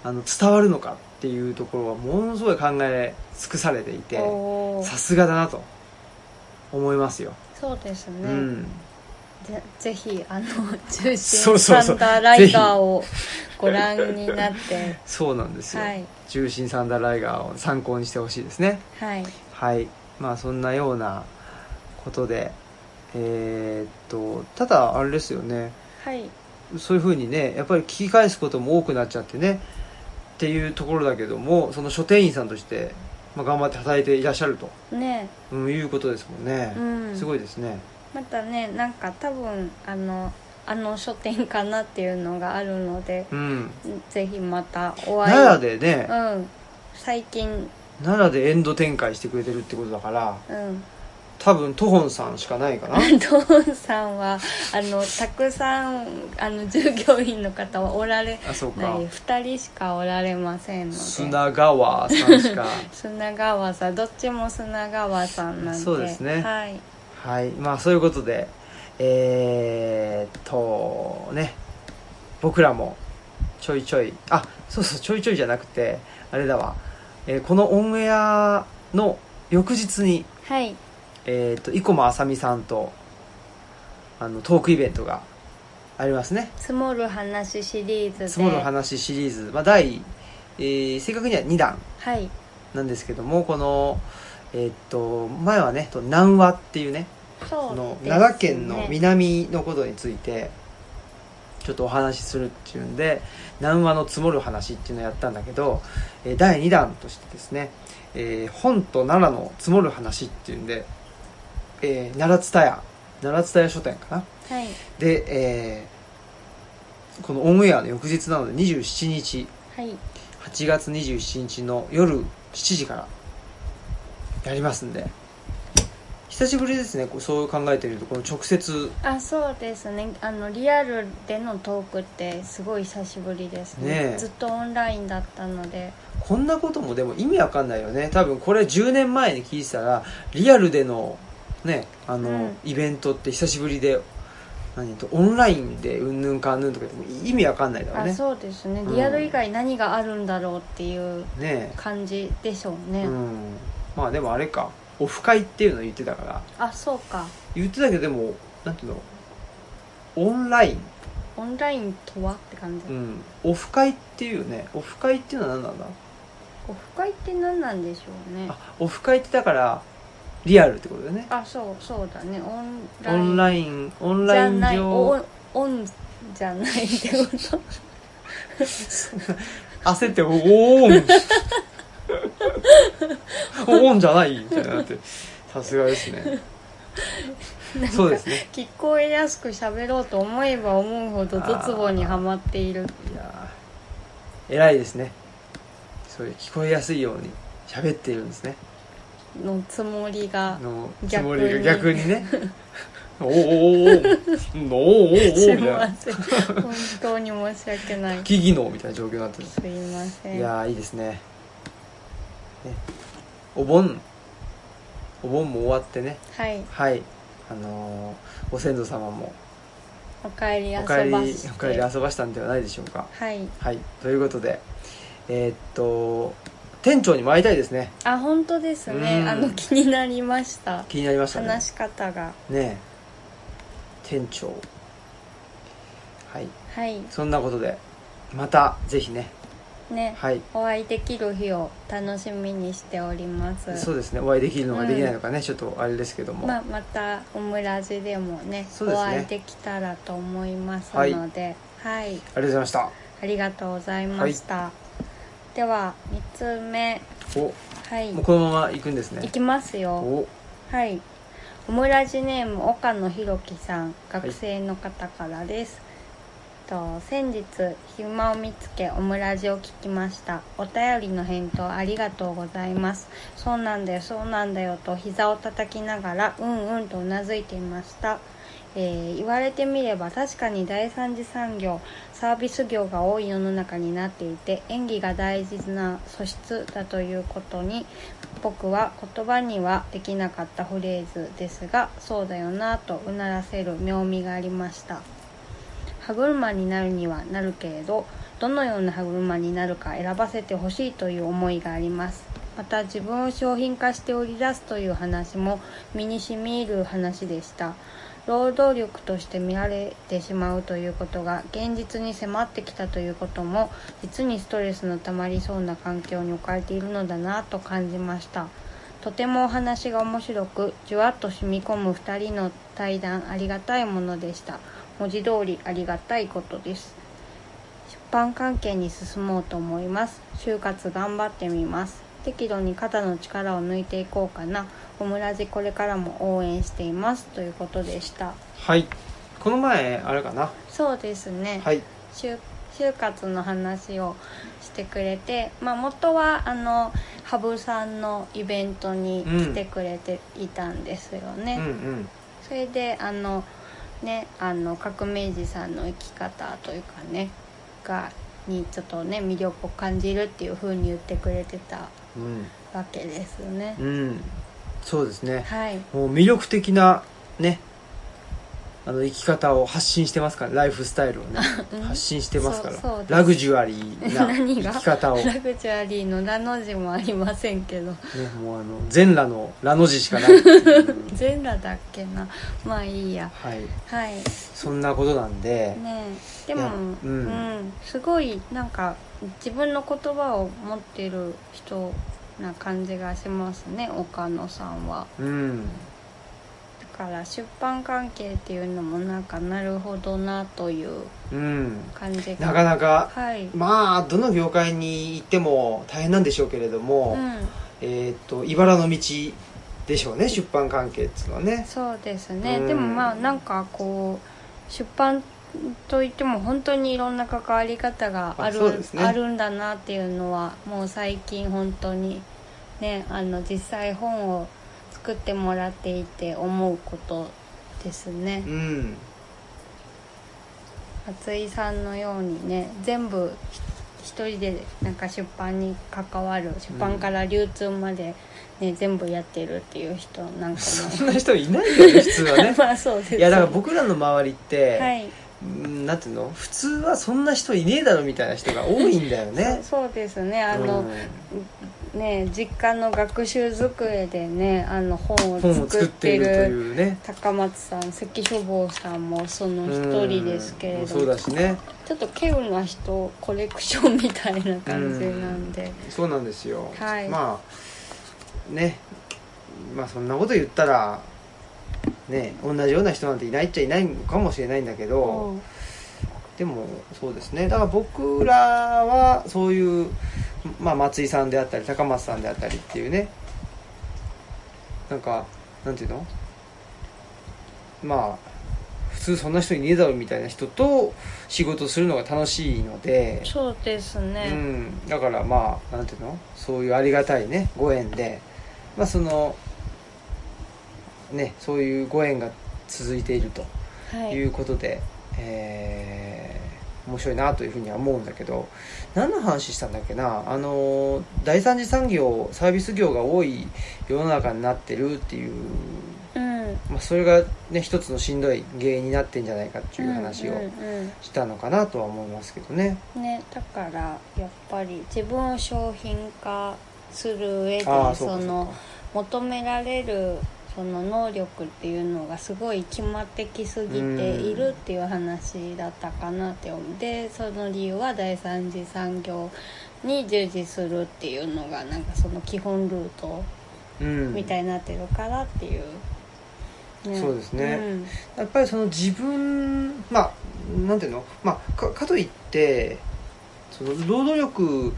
[SPEAKER 1] あの伝わるのかっていうところはものすごい考え尽くされていて
[SPEAKER 2] おー
[SPEAKER 1] さすがだなと思いますよ、
[SPEAKER 2] そうですね、
[SPEAKER 1] うん
[SPEAKER 2] ぜぜひ
[SPEAKER 1] *laughs*
[SPEAKER 2] あの
[SPEAKER 1] そう
[SPEAKER 2] 重心
[SPEAKER 1] そう
[SPEAKER 2] サ
[SPEAKER 1] そう
[SPEAKER 2] ンダーライガーをご覧になって
[SPEAKER 1] そうなんですよ、
[SPEAKER 2] はい
[SPEAKER 1] 重心サンダーライガーを参考にしてほしいですね
[SPEAKER 2] はい
[SPEAKER 1] はいまあそんなようなことでえーっとただあれですよね
[SPEAKER 2] はい
[SPEAKER 1] そういうふうにねやっぱり聞き返すことも多くなっちゃってねっていうところだけどもその書店員さんとして、まあ、頑張って働いていらっしゃると、
[SPEAKER 2] ね
[SPEAKER 1] うん、いうことですもんね、
[SPEAKER 2] うん
[SPEAKER 1] すごいですね
[SPEAKER 2] またねなんか多分あのあの書店かなっていうのがあるので
[SPEAKER 1] うん
[SPEAKER 2] ぜひまたお会い
[SPEAKER 1] 奈良でね、
[SPEAKER 2] うん最近
[SPEAKER 1] 奈良でエンド展開してくれてるってことだから
[SPEAKER 2] うん *laughs*
[SPEAKER 1] 多分トホンさんしかないかな
[SPEAKER 2] トーンさんはあのたくさんあの従業員の方はおられ
[SPEAKER 1] あそう
[SPEAKER 2] な
[SPEAKER 1] か
[SPEAKER 2] い2人しかおられませんので
[SPEAKER 1] 砂川さんしか
[SPEAKER 2] 砂川さんどっちも砂川さんなんで
[SPEAKER 1] そうですね
[SPEAKER 2] はい
[SPEAKER 1] はいまあそういうことでえー、っとね僕らもちょいちょいあそうそうちょいちょいじゃなくてあれだわ、えーこのオンエアの翌日に
[SPEAKER 2] はい
[SPEAKER 1] えー、っと生駒あさみさんとあのトークイベントがありますね
[SPEAKER 2] 積もる話シリーズ
[SPEAKER 1] 「
[SPEAKER 2] で
[SPEAKER 1] 積もる話」シリーズ、まあ、第、えー正確には2弾
[SPEAKER 2] はい
[SPEAKER 1] なんですけどもこのえーっと前はねと南和っていうね
[SPEAKER 2] そ
[SPEAKER 1] こ
[SPEAKER 2] う
[SPEAKER 1] の
[SPEAKER 2] ですね
[SPEAKER 1] 奈良県の南のことについてちょっとお話しするっていうんで難話の積もる話っていうのをやったんだけど、えー第2弾としてですね、えー本と奈良の積もる話っていうんで、えー奈良津田屋奈良津田屋書店かな
[SPEAKER 2] はい
[SPEAKER 1] で、えーこのオンエアの翌日なので27日
[SPEAKER 2] はい
[SPEAKER 1] 8月27日の夜7時からやりますんで久しぶりですねこうそう考えてみるとこの直接
[SPEAKER 2] あそうですねあのリアルでのトークってすごい久しぶりですね
[SPEAKER 1] ねえ
[SPEAKER 2] ずっとオンラインだったので
[SPEAKER 1] こんなこともでも意味わかんないよね多分これ10年前に聞いてたらリアルでのねあの、
[SPEAKER 2] うん
[SPEAKER 1] イベントって久しぶりで何とオンラインでうんぬんかんぬんとか言っても意味わかんないだろう
[SPEAKER 2] あ
[SPEAKER 1] ね
[SPEAKER 2] そうですね
[SPEAKER 1] うん
[SPEAKER 2] リアル以外何があるんだろうっていう
[SPEAKER 1] ね
[SPEAKER 2] 感じでしょうね、
[SPEAKER 1] うんまあでもあれかオフ会っていうのを言ってたから
[SPEAKER 2] あそうか
[SPEAKER 1] 言ってたけどでもなんていうのオンライン、
[SPEAKER 2] オンラインとはって感じ、
[SPEAKER 1] うん、オフ会っていうねオフ会っていうのは何なんだ
[SPEAKER 2] オフ会って何なんでしょうね
[SPEAKER 1] あオフ会ってだからリアルってことだよね
[SPEAKER 2] あそうそうだねオンラ
[SPEAKER 1] オ
[SPEAKER 2] イン
[SPEAKER 1] ンラインオン
[SPEAKER 2] じ
[SPEAKER 1] ラ
[SPEAKER 2] ゃ
[SPEAKER 1] イン
[SPEAKER 2] ないオ
[SPEAKER 1] 上
[SPEAKER 2] ンオンじゃないってこと
[SPEAKER 1] 焦って「おおーん」おおんじゃないみたいになってさすがですねそうですね
[SPEAKER 2] 聞こえやすく喋ろうと思えば思うほどドツボにはまっている
[SPEAKER 1] いやー偉いですねそういう聞こえやすいように喋っているんですね
[SPEAKER 2] のつもりが
[SPEAKER 1] のつ
[SPEAKER 2] 逆
[SPEAKER 1] も
[SPEAKER 2] に
[SPEAKER 1] りが逆にねおーおーおーおーおーおーお
[SPEAKER 2] す
[SPEAKER 1] ー
[SPEAKER 2] い
[SPEAKER 1] みたい
[SPEAKER 2] ま
[SPEAKER 1] な *laughs*
[SPEAKER 2] せん本当に申し訳ないす
[SPEAKER 1] 危機能みたいな状況になってる
[SPEAKER 2] いません
[SPEAKER 1] いやーいいですねねお盆お盆も終わってね
[SPEAKER 2] はい
[SPEAKER 1] はいあのーご先祖様も
[SPEAKER 2] おかえり
[SPEAKER 1] お
[SPEAKER 2] 遊ば
[SPEAKER 1] 帰りお
[SPEAKER 2] して
[SPEAKER 1] 帰り遊ばしたんではないでしょうか
[SPEAKER 2] はい
[SPEAKER 1] はいということでえーっと店長にも会いたいですね
[SPEAKER 2] あ本当です
[SPEAKER 1] う
[SPEAKER 2] ね
[SPEAKER 1] ん
[SPEAKER 2] あの気になりました
[SPEAKER 1] 気になりましたね
[SPEAKER 2] 話し方が
[SPEAKER 1] ねえ店長はい
[SPEAKER 2] はい
[SPEAKER 1] そんなことでまたぜひね
[SPEAKER 2] ね
[SPEAKER 1] はい
[SPEAKER 2] お会いできる日を楽しみにしております
[SPEAKER 1] そうですねお会いできるのかできないのかね、ちょっとあれですけども、
[SPEAKER 2] まあ、またオムラジでもね
[SPEAKER 1] そうです
[SPEAKER 2] お
[SPEAKER 1] ね
[SPEAKER 2] 会いできたらと思いますのではい、
[SPEAKER 1] ありがとうございました
[SPEAKER 2] ありがとうございました、では3つ目
[SPEAKER 1] お
[SPEAKER 2] はい
[SPEAKER 1] もうこのまま行くんです
[SPEAKER 2] い
[SPEAKER 1] ね
[SPEAKER 2] きますよ
[SPEAKER 1] お
[SPEAKER 2] はいオムラジネーム岡野ひろきさん学生の方からです、と先日暇を見つけオムラジを聞きましたお便りの返答ありがとうございますそうなんだよそうなんだよと膝を叩きながらうんうんとうなずいていましたえー言われてみれば確かに第三次産業サービス業が多い世の中になっていて演技が大事な素質だということに僕は言葉にはできなかったフレーズですがそうだよなぁとうならせる妙味がありました歯車になるにはなるけれどどのような歯車になるか選ばせてほしいという思いがありますまた自分を商品化して売り出すという話も身に染み入る話でした労働力として見られてしまうということが現実に迫ってきたということも実にストレスのたまりそうな環境に置かれているのだなと感じましたとてもお話が面白くじゅわっと染み込む2人の対談ありがたいものでした文字通りありがたいことです出版関係に進もうと思います就活頑張ってみます適度に肩の力を抜いていこうかなオムラジこれからも応援していますということでした
[SPEAKER 1] はいこの前あれかな
[SPEAKER 2] そうですね、
[SPEAKER 1] はい
[SPEAKER 2] 就就活の話をしてくれて、まあ、元はあの羽生さんのイベントに来てくれていたんですよね、
[SPEAKER 1] うんうん
[SPEAKER 2] それであのねあの革命児さんの生き方というかねがにちょっとね魅力を感じるっていう風に言ってくれてた
[SPEAKER 1] うん
[SPEAKER 2] わけですね、
[SPEAKER 1] うんそうですね
[SPEAKER 2] はい
[SPEAKER 1] もう魅力的なねあの生き方を発信してますからライフスタイルをね
[SPEAKER 2] *laughs* うん
[SPEAKER 1] 発信してますから
[SPEAKER 2] そうそうです
[SPEAKER 1] ラグジュアリー
[SPEAKER 2] *laughs*
[SPEAKER 1] な
[SPEAKER 2] 何
[SPEAKER 1] 生
[SPEAKER 2] が
[SPEAKER 1] き方を、ね
[SPEAKER 2] ラ、グジュアリーのラの字もありませんけど
[SPEAKER 1] *laughs* もうあの全裸の「ラ」の字しかないっていう
[SPEAKER 2] 全裸だっけなまあいいや
[SPEAKER 1] はい
[SPEAKER 2] はい
[SPEAKER 1] そんなことなんで、
[SPEAKER 2] ねえで
[SPEAKER 1] い
[SPEAKER 2] も、
[SPEAKER 1] やう
[SPEAKER 2] うんんすごいなんか自分の言葉を持ってる人な感じがしますね岡野さんは
[SPEAKER 1] うん
[SPEAKER 2] だかから出版関係っていうのもなんかなるほどなという
[SPEAKER 1] うん
[SPEAKER 2] 感じが
[SPEAKER 1] なかなか
[SPEAKER 2] はい、うん、
[SPEAKER 1] まあどの業界に行っても大変なんでしょうけれども、えーっと茨の道でしょうね出版関係っていうのはね
[SPEAKER 2] そうですね、
[SPEAKER 1] うん
[SPEAKER 2] でもまあなんかこう出版といっても本当にいろんな関わり方があ
[SPEAKER 1] あそう
[SPEAKER 2] る
[SPEAKER 1] ですね
[SPEAKER 2] あるんだなっていうのはもう最近本当にねあの実際本を作ってもらっていて思うことですね
[SPEAKER 1] うん
[SPEAKER 2] 松井さんのようにね全部ひ一人でなんか出版に関わる出版から流通まで、ね全部やってるっていう人なんか
[SPEAKER 1] そんな人いないよ
[SPEAKER 2] *laughs*
[SPEAKER 1] ね普通は
[SPEAKER 2] も
[SPEAKER 1] ね
[SPEAKER 2] まあそうです
[SPEAKER 1] いやだから僕らの周りって、
[SPEAKER 2] はい、
[SPEAKER 1] うんなんていうの普通はそんな人いねえだろみたいな人が多いんだよね
[SPEAKER 2] そうそうですねあの、
[SPEAKER 1] う
[SPEAKER 2] ね実家の学習机でねあの本
[SPEAKER 1] ん
[SPEAKER 2] を
[SPEAKER 1] 本を
[SPEAKER 2] 作
[SPEAKER 1] 作
[SPEAKER 2] っ
[SPEAKER 1] って
[SPEAKER 2] て
[SPEAKER 1] いると
[SPEAKER 2] る
[SPEAKER 1] いうね
[SPEAKER 2] 高松さん関書房さんもその
[SPEAKER 1] うん
[SPEAKER 2] 一人ですけれど
[SPEAKER 1] そうだしね
[SPEAKER 2] ちょっと稀有な人コレクションみたいな感じなんで、
[SPEAKER 1] そうなんですよ、
[SPEAKER 2] はい
[SPEAKER 1] まあねまあそんなこと言ったらね同じような人なんていないっちゃいないのかもしれないんだけど、
[SPEAKER 2] うん
[SPEAKER 1] でもそうですねだから僕らはそういう、まあ、松井さんであったり高松さんであったりっていうねなんかなんていうのまあ普通そんな人いねえだろみたいな人と仕事するのが楽しいので、
[SPEAKER 2] そうです
[SPEAKER 1] う
[SPEAKER 2] ね、
[SPEAKER 1] ん、だからまあなんていうのそういうありがたいねご縁でまあそのねそういうご縁が続いていると。
[SPEAKER 2] はい
[SPEAKER 1] いうことで、えー面白いなというふうには思うんだけど何の話したんだっけなあの第三次産業サービス業が多い世の中になってるっていう、
[SPEAKER 2] うん
[SPEAKER 1] まあ、それがね一つのしんどい原因になってんじゃないかっていう話
[SPEAKER 2] うん
[SPEAKER 1] を
[SPEAKER 2] うんうん
[SPEAKER 1] したのかなとは思いますけどね。
[SPEAKER 2] ねだからやっぱり自分を商品化する上で
[SPEAKER 1] ああそう
[SPEAKER 2] そ
[SPEAKER 1] かそう
[SPEAKER 2] の
[SPEAKER 1] か
[SPEAKER 2] 求められるその能力っていうのがすごい決まってきすぎているっていう話だったかなって思ってその理由は第三次産業に従事するっていうのがなんかその基本ルート
[SPEAKER 1] うん、
[SPEAKER 2] みたいになってるからっていう、
[SPEAKER 1] そうですねやっぱりその自分まあなんていうの、まあ、かかといってその労働力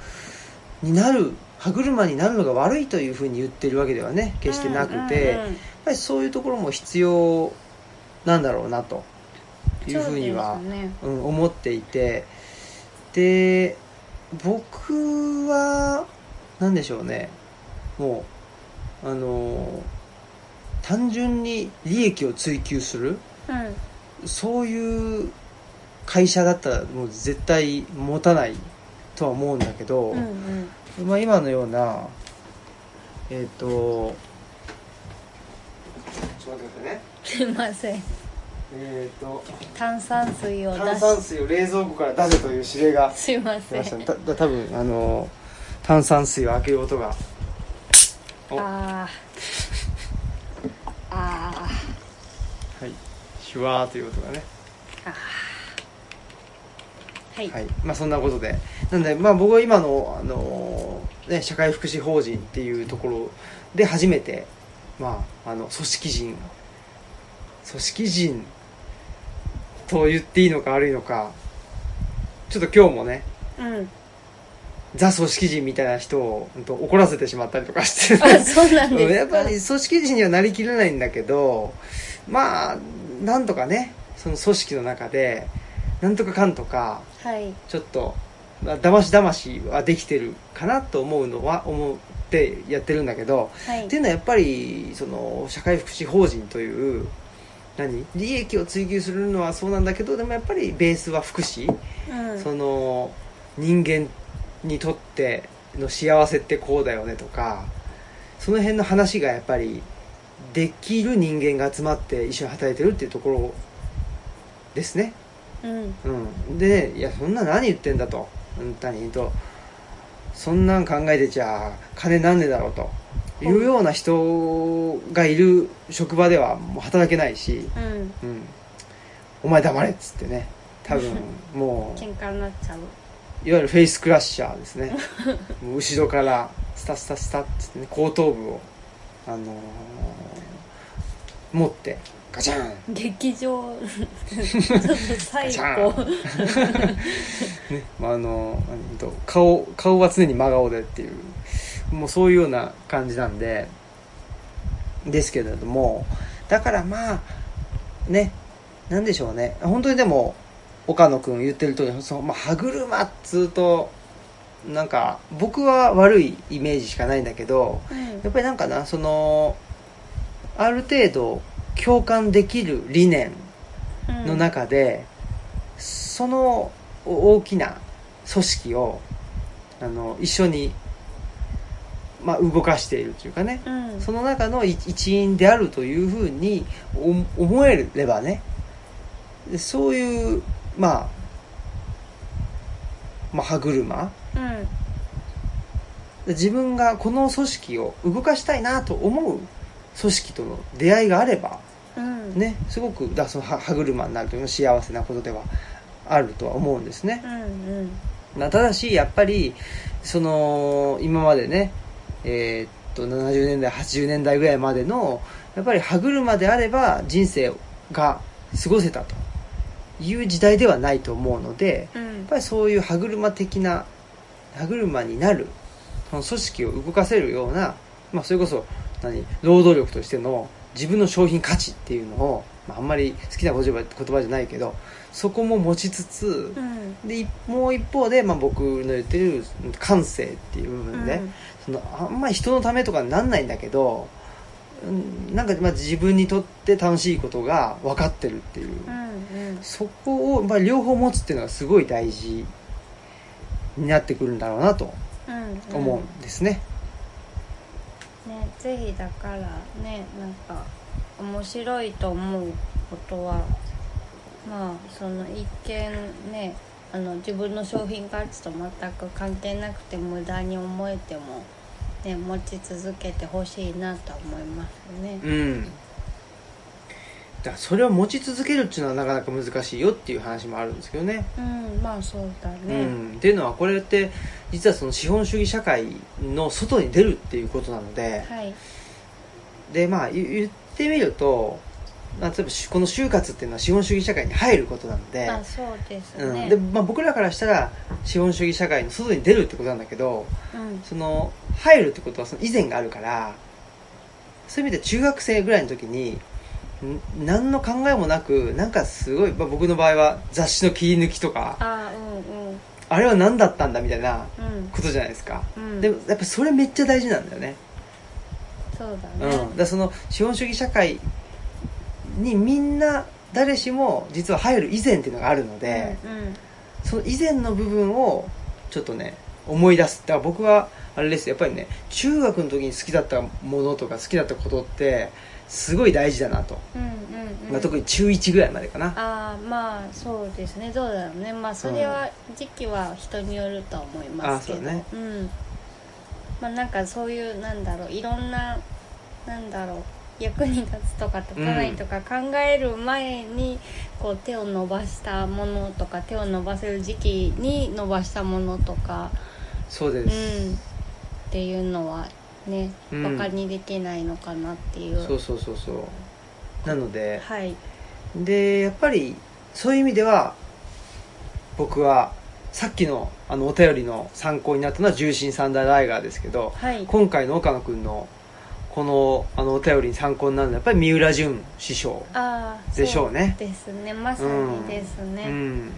[SPEAKER 1] になる歯車になるのが悪いというふうに言ってるわけではね決してなくて、
[SPEAKER 2] うんう
[SPEAKER 1] や
[SPEAKER 2] ん
[SPEAKER 1] っ
[SPEAKER 2] うん
[SPEAKER 1] ぱりそういうところも必要なんだろうなというふうには
[SPEAKER 2] そうですね
[SPEAKER 1] うん、思っていてで僕は何でしょうねもうあの単純に利益を追求する
[SPEAKER 2] うん
[SPEAKER 1] そういう会社だったらもう絶対持たないとは思うんだけど、
[SPEAKER 2] うんうん
[SPEAKER 1] まあ、今のようなえっ、とちょっと待ってくださいね
[SPEAKER 2] すいません
[SPEAKER 1] えっ、と
[SPEAKER 2] 炭酸水を出
[SPEAKER 1] 炭酸
[SPEAKER 2] し
[SPEAKER 1] 水を冷蔵庫から出せという指令が
[SPEAKER 2] すいま
[SPEAKER 1] 出
[SPEAKER 2] せ
[SPEAKER 1] ました
[SPEAKER 2] ん
[SPEAKER 1] ねたた多分あの炭酸水を開ける音がお
[SPEAKER 2] あああ
[SPEAKER 1] はいシュワーという音がね
[SPEAKER 2] ーはい、
[SPEAKER 1] はいまあ、そんなことでなんで、まあ、僕は今の、あのね、社会福祉法人っていうところで初めて、まあ、あの組織人組織人と言っていいのか悪いのかちょっと今日もね
[SPEAKER 2] うん
[SPEAKER 1] ザ組織人みたいな人をほんと怒らせてしまったりとかして
[SPEAKER 2] あそうなんですか
[SPEAKER 1] やっぱり組織人にはなりきれないんだけどまあなんとかねその組織の中でなんとかかんとか
[SPEAKER 2] はい
[SPEAKER 1] ちょっとまあだましだましはできてるかなと思うのは思ってやってるんだけど、
[SPEAKER 2] はい
[SPEAKER 1] っていうのはやっぱりその社会福祉法人という何利益を追求するのはそうなんだけどでもやっぱりベースは福祉、
[SPEAKER 2] うん
[SPEAKER 1] その人間にとっての幸せってこうだよねとかその辺の話がやっぱりできる人間が集まって一緒に働いてるっていうところですね。
[SPEAKER 2] うん
[SPEAKER 1] うん、で、いや、そんな何言ってんだと、うん、他人と、そんなん考えてちゃ、金なんでだろうと、
[SPEAKER 2] い
[SPEAKER 1] いうような人がいる職場ではもう働けないし、
[SPEAKER 2] うん
[SPEAKER 1] うん、お前黙れっつってね、多分もう、
[SPEAKER 2] 喧嘩になっちゃう
[SPEAKER 1] いわゆるフェイスクラッシャーですね、もう後ろから、スタスタスタっつってね、後頭部を、あのー持ってガチャン
[SPEAKER 2] 劇場ちょっと最後
[SPEAKER 1] ね、まあ、あの、うんと顔、顔は常に真顔でっていう、もうそういうような感じなんで、ですけれども、だからまあ、ね、なんでしょうね、本当にでも、岡野くん言ってる通り、そのまあ、歯車っつうと、なんか、僕は悪いイメージしかないんだけど、やっぱりなんかな、その、ある程度共感できる理念の中で、そのお大きな組織をあの一緒に、まあ、動かしているというかね、
[SPEAKER 2] うん、うん
[SPEAKER 1] その中の一一員であるというふうにお思えればねでそういう、まあ、まあ歯車
[SPEAKER 2] うん
[SPEAKER 1] で自分がこの組織を動かしたいなと思う組織との出会いがあれば
[SPEAKER 2] うん
[SPEAKER 1] ねすごくだからその歯歯車になるというのは幸せなことではあるとは思うんですね。
[SPEAKER 2] うんうん
[SPEAKER 1] まあ、ただしやっぱりその今までねえーっと70年代80年代ぐらいまでのやっぱり歯車であれば人生が過ごせたという時代ではないと思うので
[SPEAKER 2] うん
[SPEAKER 1] やっぱりそういう歯車的な歯車になるその組織を動かせるような、まあ、それこそ何労働力としての自分の商品価値っていうのを、まあ、あんまり好きな言葉言葉じゃないけどそこも持ちつつ、
[SPEAKER 2] うん
[SPEAKER 1] で一もう一方で、まあ、僕の言ってる感性っていう部分で、
[SPEAKER 2] うん
[SPEAKER 1] そのあんまり人のためとかになんないんだけどうんなんかまあ自分にとって楽しいことが分かってるっていう、
[SPEAKER 2] うん
[SPEAKER 1] そこをまあ両方持つっていうのがすごい大事になってくるんだろうなと
[SPEAKER 2] うんうん
[SPEAKER 1] 思うんですね。
[SPEAKER 2] ねぜひだからねなんか面白いと思うことはまあその一見ねあの自分の商品価値と全く関係なくて無駄に思えても、ね、持ち続けてほしいなと思いますね。
[SPEAKER 1] うんだからそれを持ち続けるっていうのはなかなか難しいよっていう話もあるんですけどね。
[SPEAKER 2] うん、まあそうだ
[SPEAKER 1] う
[SPEAKER 2] ね。
[SPEAKER 1] ん、っていうのはこれって実はその資本主義社会の外に出るっていうことなので
[SPEAKER 2] はい。
[SPEAKER 1] で、まあ、ゆ言ってみると、まあ、例えばしこの就活っていうのは資本主義社会に入ることなので,、
[SPEAKER 2] あ、そうです
[SPEAKER 1] うん
[SPEAKER 2] ね。
[SPEAKER 1] でまあ、僕らからしたら資本主義社会の外に出るってことなんだけど
[SPEAKER 2] うん、
[SPEAKER 1] その入るってことはその以前があるからそういう意味で中学生ぐらいの時にん何の考えもなくなんかすごい、まあ、僕の場合は雑誌の切り抜きとか
[SPEAKER 2] あ、うんうん
[SPEAKER 1] あれは何だったんだみたいな
[SPEAKER 2] うん
[SPEAKER 1] ことじゃないですか。
[SPEAKER 2] うん。
[SPEAKER 1] でもやっぱそれめっちゃ大事なんだよね、
[SPEAKER 2] そう
[SPEAKER 1] う
[SPEAKER 2] だ
[SPEAKER 1] ん、だ
[SPEAKER 2] ね
[SPEAKER 1] か。らその資本主義社会にみんな誰しも実は入る以前っていうのがあるので、
[SPEAKER 2] うん
[SPEAKER 1] その以前の部分をちょっとね思い出すだから僕はあれですやっぱりね中学の時に好きだったものとか好きだったことってすごい大事だなと、
[SPEAKER 2] うんうんうん。
[SPEAKER 1] まあ、特に中1ぐらいまでかな、
[SPEAKER 2] ああまあそうですねどうだろうねまあそれは時期は人によるとは思いますけど
[SPEAKER 1] あーそうだね
[SPEAKER 2] んまあなんかそういうなんだろういろんななんだろう役に立つとか立たないとか考える前にこう手を伸ばしたものとか手を伸ばせる時期に伸ばしたものとか
[SPEAKER 1] そう
[SPEAKER 2] う
[SPEAKER 1] で
[SPEAKER 2] んっ
[SPEAKER 1] す、
[SPEAKER 2] ていうのはね
[SPEAKER 1] うん
[SPEAKER 2] バカにできないのかなっていう、
[SPEAKER 1] そうそうそうそうなので、
[SPEAKER 2] はい
[SPEAKER 1] でやっぱりそういう意味では僕はさっきのあのお便りの参考になったのは重心サンダーライガーですけど
[SPEAKER 2] はい
[SPEAKER 1] 今回の岡野君のこのあのお便りに参考になるのはやっぱり三浦淳師匠、
[SPEAKER 2] ああ
[SPEAKER 1] でしょうね
[SPEAKER 2] ですねまさ
[SPEAKER 1] うん
[SPEAKER 2] にですね、
[SPEAKER 1] うん、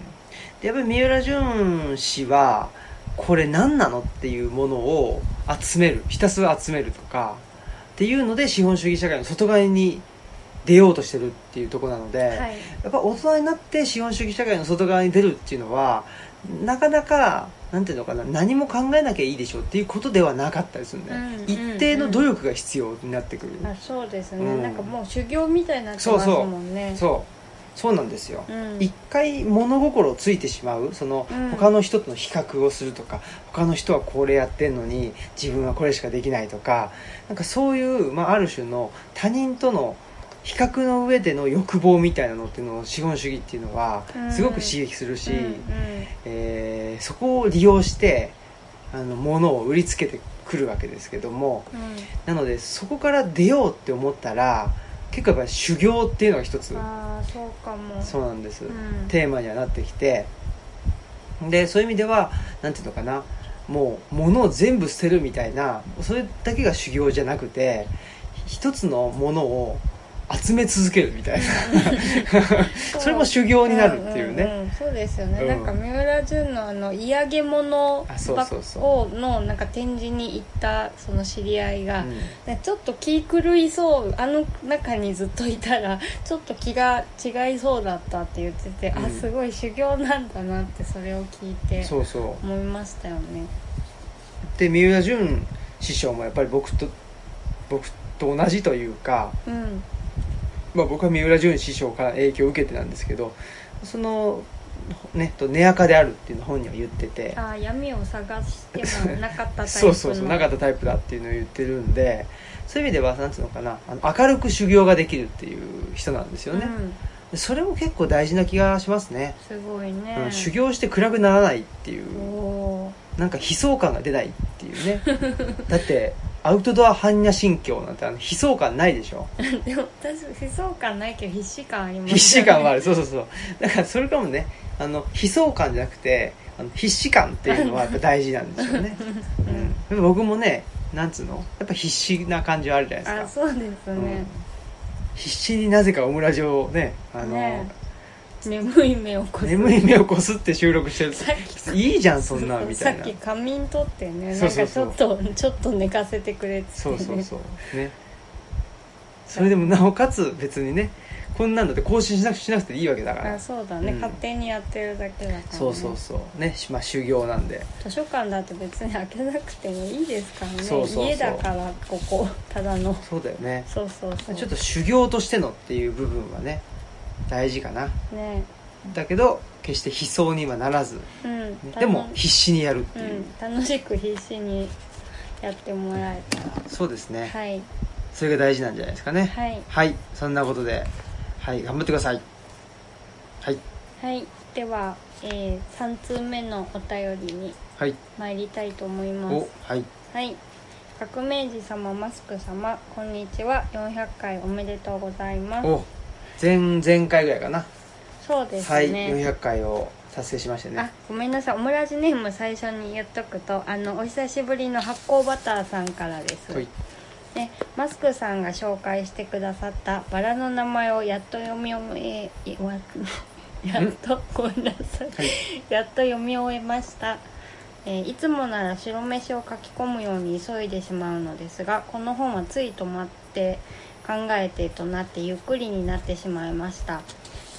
[SPEAKER 1] でやっぱり三浦淳氏はこれ何なのっていうものを集めるひたすら集めるとかっていうので資本主義社会の外側に出ようとしてるっていうところなので、
[SPEAKER 2] はい、
[SPEAKER 1] やっぱ大人になって資本主義社会の外側に出るっていうのはなかなかなんていうのかな何も考えなきゃいいでしょうっていうことではなかったりするね、
[SPEAKER 2] うん
[SPEAKER 1] 一定の努力が必要になってくる、
[SPEAKER 2] あそうですね、
[SPEAKER 1] うん
[SPEAKER 2] なんかもう修行みたいになってますもんね
[SPEAKER 1] そうそうなんですよ、
[SPEAKER 2] うん
[SPEAKER 1] 一回物心ついてしまうその
[SPEAKER 2] うん
[SPEAKER 1] 他の人との比較をするとか、他の人はこれやってんのに自分はこれしかできないとかなんかそういう、まあ、ある種の他人との比較の上での欲望みたいなのっていうのを資本主義っていうのは
[SPEAKER 2] うん
[SPEAKER 1] すごく刺激するし、
[SPEAKER 2] うんうん
[SPEAKER 1] えーそこを利用してあの物を売りつけてくるわけですけども
[SPEAKER 2] うん
[SPEAKER 1] なのでそこから出ようって思ったら結構やっぱり修行っていうのが一つ
[SPEAKER 2] ああそうかも
[SPEAKER 1] そうなんです、
[SPEAKER 2] うん
[SPEAKER 1] テーマにはなってきてでそういう意味ではなんていうのかなもう物を全部捨てるみたいなそれだけが修行じゃなくて一つのものを集め続けるみたいな
[SPEAKER 2] そう
[SPEAKER 1] *laughs* それも修行になるっていうね、
[SPEAKER 2] んんんそうですよね、
[SPEAKER 1] うん
[SPEAKER 2] なんか三浦淳のあの嫌げ物
[SPEAKER 1] あそうそうそう
[SPEAKER 2] をのなんか展示に行ったその知り合いが、
[SPEAKER 1] うん
[SPEAKER 2] ねちょっと気狂いそうあの中にずっといたらちょっと気が違いそうだったって言ってて、
[SPEAKER 1] う
[SPEAKER 2] あ
[SPEAKER 1] ん
[SPEAKER 2] すごい修行なんだなってそれを聞いて
[SPEAKER 1] そうそ
[SPEAKER 2] 思いましたよね
[SPEAKER 1] うで三浦淳師匠もやっぱり僕と僕と同じというか、
[SPEAKER 2] うん
[SPEAKER 1] まあ、僕は三浦淳師匠から影響を受けてなんですけどそのねと根垢であるっていうのを本人は言ってて
[SPEAKER 2] あ闇を探してもなかったタイプの
[SPEAKER 1] そうそうそうなかったタイプだっていうのを言ってるんでそういう意味ではなんつうのかなあの明るく修行ができるっていう人なんですよね、
[SPEAKER 2] うん、
[SPEAKER 1] それも結構大事な気がしますね、
[SPEAKER 2] すごいね、
[SPEAKER 1] うん、修行して暗くならないってい
[SPEAKER 2] お
[SPEAKER 1] う
[SPEAKER 2] お
[SPEAKER 1] なんか悲壮感が出ないっていう
[SPEAKER 2] *laughs*
[SPEAKER 1] ねだってアウトドア般若心経なんてあの悲壮感ないでしょ
[SPEAKER 2] ーでも確かに悲壮感ないけど必死感ありますよね
[SPEAKER 1] 必死感はあるそうそうそうだからそれかもねあの悲壮感じゃなくてあの必死感っていうのはやっぱ大事なんですよ
[SPEAKER 2] *laughs*
[SPEAKER 1] ね、うん、僕もねなんつうのやっぱ必死な感じはあるじゃない
[SPEAKER 2] あ
[SPEAKER 1] ですか
[SPEAKER 2] そうですね、
[SPEAKER 1] 必死になぜかオムラジオをねあの
[SPEAKER 2] ね眠い目をこす
[SPEAKER 1] 眠い目をこすって収録してる
[SPEAKER 2] さっき
[SPEAKER 1] いいじゃんそんなみたい
[SPEAKER 2] さ
[SPEAKER 1] な
[SPEAKER 2] っき仮眠取ってね
[SPEAKER 1] そう
[SPEAKER 2] な
[SPEAKER 1] んそう
[SPEAKER 2] か
[SPEAKER 1] そ
[SPEAKER 2] ち
[SPEAKER 1] う
[SPEAKER 2] ょっとちょっと寝かせてくれっつって、
[SPEAKER 1] そう
[SPEAKER 2] ね、
[SPEAKER 1] そうそ
[SPEAKER 2] *laughs*
[SPEAKER 1] うねそれでもなおかつ別にねこんなんだって更新しなくしなくていいわけだから
[SPEAKER 2] あそうだね、
[SPEAKER 1] うん
[SPEAKER 2] 勝手にやってるだけだから、ね、
[SPEAKER 1] そうそうそうねまあ修行なんで
[SPEAKER 2] 図書館だって別に開けなくてもいいですからね
[SPEAKER 1] そうそうそう
[SPEAKER 2] 家だからここただの
[SPEAKER 1] そうだよね
[SPEAKER 2] そうそうそう
[SPEAKER 1] ちょっと修行としてのっていう部分はね大事かな
[SPEAKER 2] ね
[SPEAKER 1] だけど決して悲壮にはならず、ね
[SPEAKER 2] うん
[SPEAKER 1] でも必死にやるって
[SPEAKER 2] う
[SPEAKER 1] いう、
[SPEAKER 2] ん楽しく必死にやってもらえたら
[SPEAKER 1] そうですね、
[SPEAKER 2] はい
[SPEAKER 1] それが大事なんじゃないですかね
[SPEAKER 2] はい
[SPEAKER 1] はいそんなことではい頑張ってくださいはい
[SPEAKER 2] はいでは、え3通目のお便りに
[SPEAKER 1] はい
[SPEAKER 2] 参りたいと思いま
[SPEAKER 1] お
[SPEAKER 2] す
[SPEAKER 1] はい
[SPEAKER 2] はい革命児様マスク様こんにちは400回おめでとうございます
[SPEAKER 1] お前前回ぐらいかな、
[SPEAKER 2] そうです
[SPEAKER 1] はい
[SPEAKER 2] ね、
[SPEAKER 1] 400回を達成しました
[SPEAKER 2] あ
[SPEAKER 1] ね
[SPEAKER 2] ごめんなさいオムラジネーム最初に言っとくとあのお久しぶりの発酵バターさんからです、
[SPEAKER 1] はい
[SPEAKER 2] ね、マスクさんが紹介してくださったバラの名前をやっと読み終ええわやっとごめんなさい、やっと読み終えました、えーいつもなら白飯を書き込むように急いでしまうのですがこの本はつい止まって考えてとなってゆっくりになってしまいました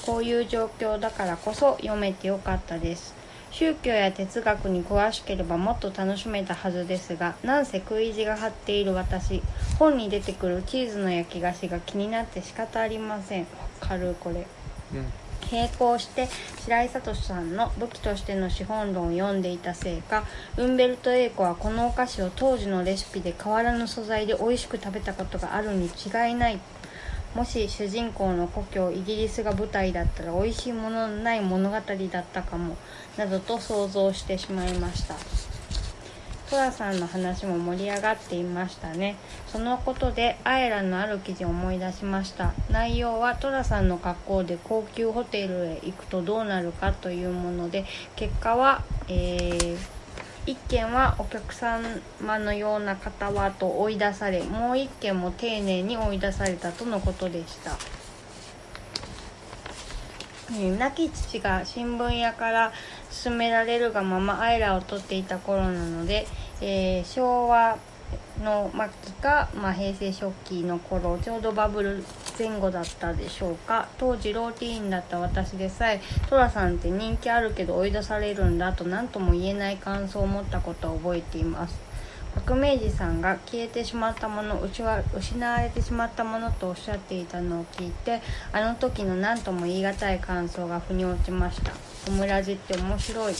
[SPEAKER 2] こういう状況だからこそ読めてよかったです宗教や哲学に詳しければもっと楽しめたはずですがなんせ食い意地が張っている私本に出てくるチーズの焼き菓子が気になって仕方ありませんわかるこれ
[SPEAKER 1] うん
[SPEAKER 2] 並行して白井聡さんの「武器としての資本論」を読んでいたせいかウンベルト・エイコはこのお菓子を当時のレシピで変わらぬ素材で美味しく食べたことがあるに違いないもし主人公の故郷イギリスが舞台だったら美味しいもののない物語だったかもなどと想像してしまいましたトラさんの話も盛り上がっていましたねそのことでアエラのある記事を思い出しました内容はトラさんの格好で高級ホテルへ行くとどうなるかというもので結果は、えー一件はお客様のような方はと追い出されもう一件も丁寧に追い出されたとのことでしたえー亡き父が新聞屋から勧められるがままアイラを取っていた頃なので、えー昭和の末期か、まあ、平成初期の頃ちょうどバブル前後だったでしょうか当時ローティーンだった私でさえトラさんって人気あるけど追い出されるんだと何とも言えない感想を持ったことを覚えています革命児さんが消えてしまったもの失わ失われてしまったものとおっしゃっていたのを聞いてあの時の何とも言い難い感想が腑に落ちましたオムラジって面白い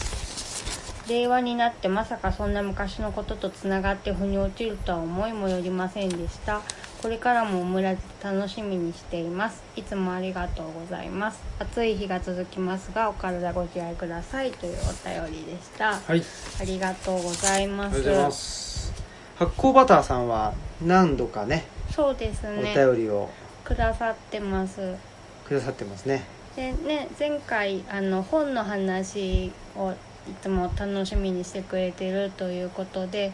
[SPEAKER 2] 令和になってまさかそんな昔のこととつながって腑に落ちるとは思いもよりませんでしたこれからもオムラジ楽しみにしていますいつもありがとうございます暑い日が続きますがお体ご自愛くださいというお便りでした、
[SPEAKER 1] はい
[SPEAKER 2] ありがとうござい
[SPEAKER 1] あ
[SPEAKER 2] ま
[SPEAKER 1] りがと
[SPEAKER 2] す
[SPEAKER 1] うございます発酵バターさんは何度かね
[SPEAKER 2] そうです
[SPEAKER 1] お
[SPEAKER 2] ね
[SPEAKER 1] 便りを
[SPEAKER 2] くださってます
[SPEAKER 1] くださってますね
[SPEAKER 2] でね前回あの本の話をいつも楽しみにしてくれてるということで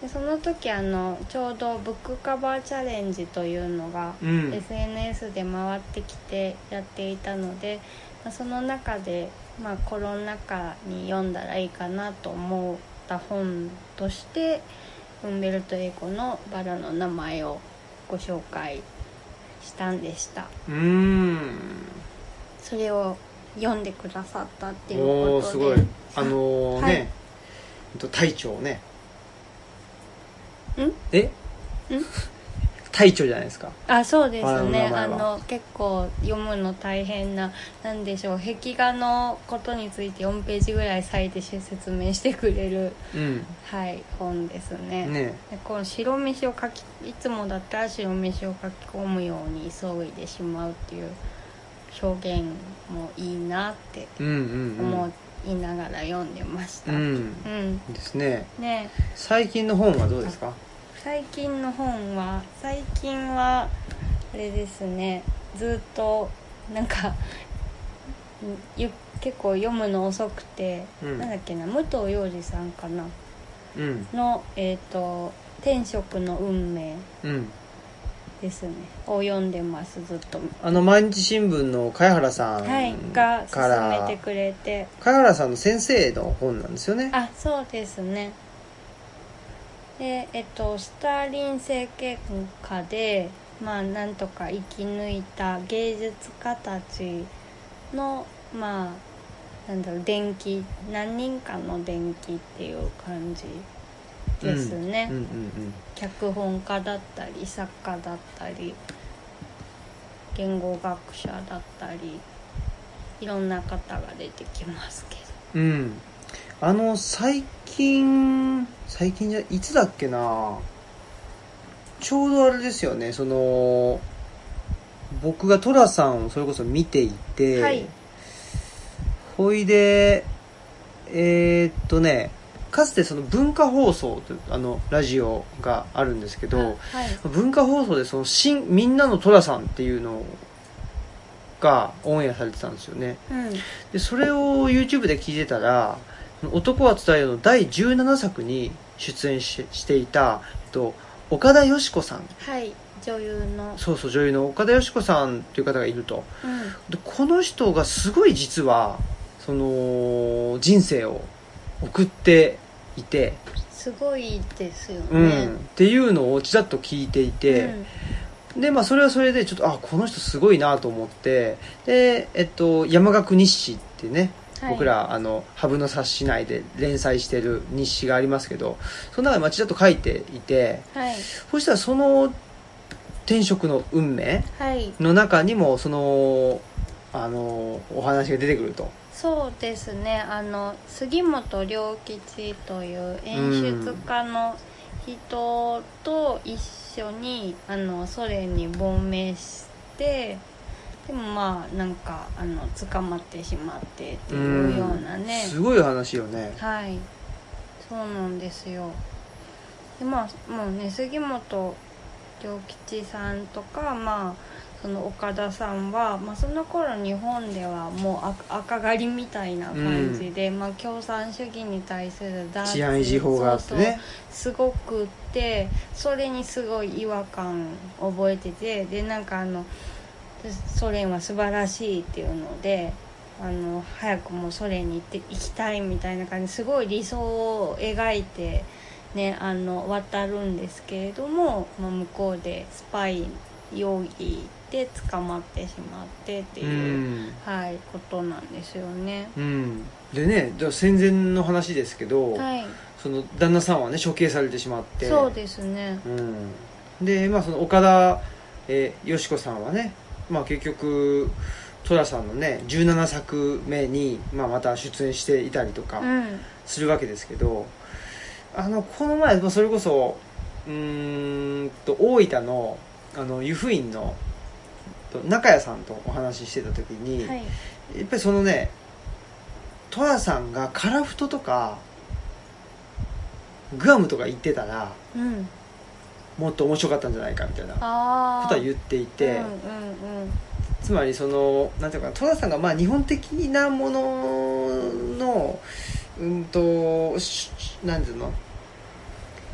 [SPEAKER 2] でその時あのちょうどブックカバーチャレンジというのが
[SPEAKER 1] うん
[SPEAKER 2] SNS で回ってきてやっていたので、まあその中で、まあ、コロナ禍に読んだらいいかなと思った本としてウンベルト・エコの「バラの名前」をご紹介したんでした
[SPEAKER 1] うーん
[SPEAKER 2] それを読んでくださったっていう
[SPEAKER 1] おおー
[SPEAKER 2] ことです
[SPEAKER 1] ごいあのー、
[SPEAKER 2] はい
[SPEAKER 1] ねほんと隊長ね
[SPEAKER 2] ん
[SPEAKER 1] え *laughs* 隊長じゃないですか
[SPEAKER 2] あそうで
[SPEAKER 1] バラ
[SPEAKER 2] す
[SPEAKER 1] の
[SPEAKER 2] ね
[SPEAKER 1] 名前は
[SPEAKER 2] あの結構読むの大変ななんでしょう壁画のことについて4ページぐらい割いて説明してくれる
[SPEAKER 1] うん
[SPEAKER 2] はい本ですね
[SPEAKER 1] ね
[SPEAKER 2] でこの白飯を書きいつもだったら白飯を書き込むように急いでしまうっていう表現もいいなって
[SPEAKER 1] うんうん
[SPEAKER 2] 思いながら読んでまし
[SPEAKER 1] う
[SPEAKER 2] た
[SPEAKER 1] んう
[SPEAKER 2] うん、
[SPEAKER 1] んですね
[SPEAKER 2] ね
[SPEAKER 1] 最近の本はどうですか
[SPEAKER 2] 最近の本は最近はあれですねずっとなんかゆ結構読むの遅くて、
[SPEAKER 1] うん
[SPEAKER 2] なんだっけな武藤洋二さんかな
[SPEAKER 1] うん
[SPEAKER 2] の、えっと「天職の運命」
[SPEAKER 1] うん
[SPEAKER 2] ですねを読んでますずっと
[SPEAKER 1] あの毎日新聞の貝原さん
[SPEAKER 2] はいが
[SPEAKER 1] か
[SPEAKER 2] 勧
[SPEAKER 1] ら
[SPEAKER 2] めてくれて
[SPEAKER 1] 貝原さんの先生の本なんですよね
[SPEAKER 2] あそうですねでえっとスターリン政権下でまあなんとか生き抜いた芸術家たちのまあなんだろう伝記何人かの伝記っていう感じですね、
[SPEAKER 1] うんうん
[SPEAKER 2] 脚本家だったり作家だったり言語学者だったりいろんな方が出てきますけ
[SPEAKER 1] うんうんあの最近最近じゃいつだっけなちょうどあれですよねその僕が寅さんをそれこそ見ていて、
[SPEAKER 2] はい
[SPEAKER 1] ほいでえーっとねかつてその文化放送というあのラジオがあるんですけ
[SPEAKER 2] ど。
[SPEAKER 1] ど、
[SPEAKER 2] はい
[SPEAKER 1] 文化放送でその新「みんなの寅さん」っていうのがオンエアされてたんですよね
[SPEAKER 2] うん
[SPEAKER 1] でそれを YouTube で聞いてたら「男は伝えよ」の第17作に出演ししていた、えっと、岡田佳子さん
[SPEAKER 2] はい女優の
[SPEAKER 1] そうそう女優の岡田佳子さんっていう方がいると
[SPEAKER 2] うん
[SPEAKER 1] でこの人がすごい実はその人生を送っていて、
[SPEAKER 2] すごいですよ
[SPEAKER 1] う
[SPEAKER 2] ね
[SPEAKER 1] ん、っていうのをちらっと聞いていて、
[SPEAKER 2] うん
[SPEAKER 1] でまあそれはそれでちょっとあこの人すごいなと思ってでえっと山岳日誌ってね、
[SPEAKER 2] はい
[SPEAKER 1] 僕らあの羽生の冊子内で連載してる日誌がありますけどその中でまあちらっと書いていて
[SPEAKER 2] はい
[SPEAKER 1] そしたらその天職の運命
[SPEAKER 2] はい
[SPEAKER 1] の中にもそのあのお話が出てくると
[SPEAKER 2] そうですねあの杉本良吉という演出家の人と一緒に、あのソ連に亡命してでもまあなんかあの捕まってしまってっていうようなね、
[SPEAKER 1] すごい話よね
[SPEAKER 2] はいそうなんですよでまあもうね杉本良吉さんとかまあその岡田さんは、まあ、その頃日本ではもう赤赤狩りみたいな感じで、まあ、共産主義に対する弾
[SPEAKER 1] 治安維持法があってね
[SPEAKER 2] すごくってそれにすごい違和感を覚えててでなんかあのソ連は素晴らしいっていうのであの早くもうソ連に行って行きたいみたいな感じすごい理想を描いて、ね、あの渡るんですけれども、まあ、向こうでスパイ容疑で捕まってしまってって
[SPEAKER 1] う
[SPEAKER 2] いう、
[SPEAKER 1] ん
[SPEAKER 2] はい、ことなんですよね。
[SPEAKER 1] うんでねじゃあ戦前の話ですけど、
[SPEAKER 2] はい、
[SPEAKER 1] その旦那さんはね処刑されてしまって
[SPEAKER 2] そうですね。
[SPEAKER 1] うん、で、まあ、その岡田、えー、よしこさんはね、まあ、結局寅さんのね17作目に、まあ、また出演していたりと
[SPEAKER 2] う
[SPEAKER 1] か
[SPEAKER 2] ん、
[SPEAKER 1] するわけですけど、あのこの前、まあ、それこそうーんと大分のあの湯布院のと中谷さんとお話ししてた時に、
[SPEAKER 2] はい、
[SPEAKER 1] やっぱりそのね寅さんがカラフトとかグアムとか行ってたら
[SPEAKER 2] うん、
[SPEAKER 1] もっと面白かったんじゃないかみたいな
[SPEAKER 2] ああ
[SPEAKER 1] ことは言っていて、
[SPEAKER 2] うんうんうん
[SPEAKER 1] つまりそのなんていうのかな戸田さんがまあ日本的なもののうんとしなんていうの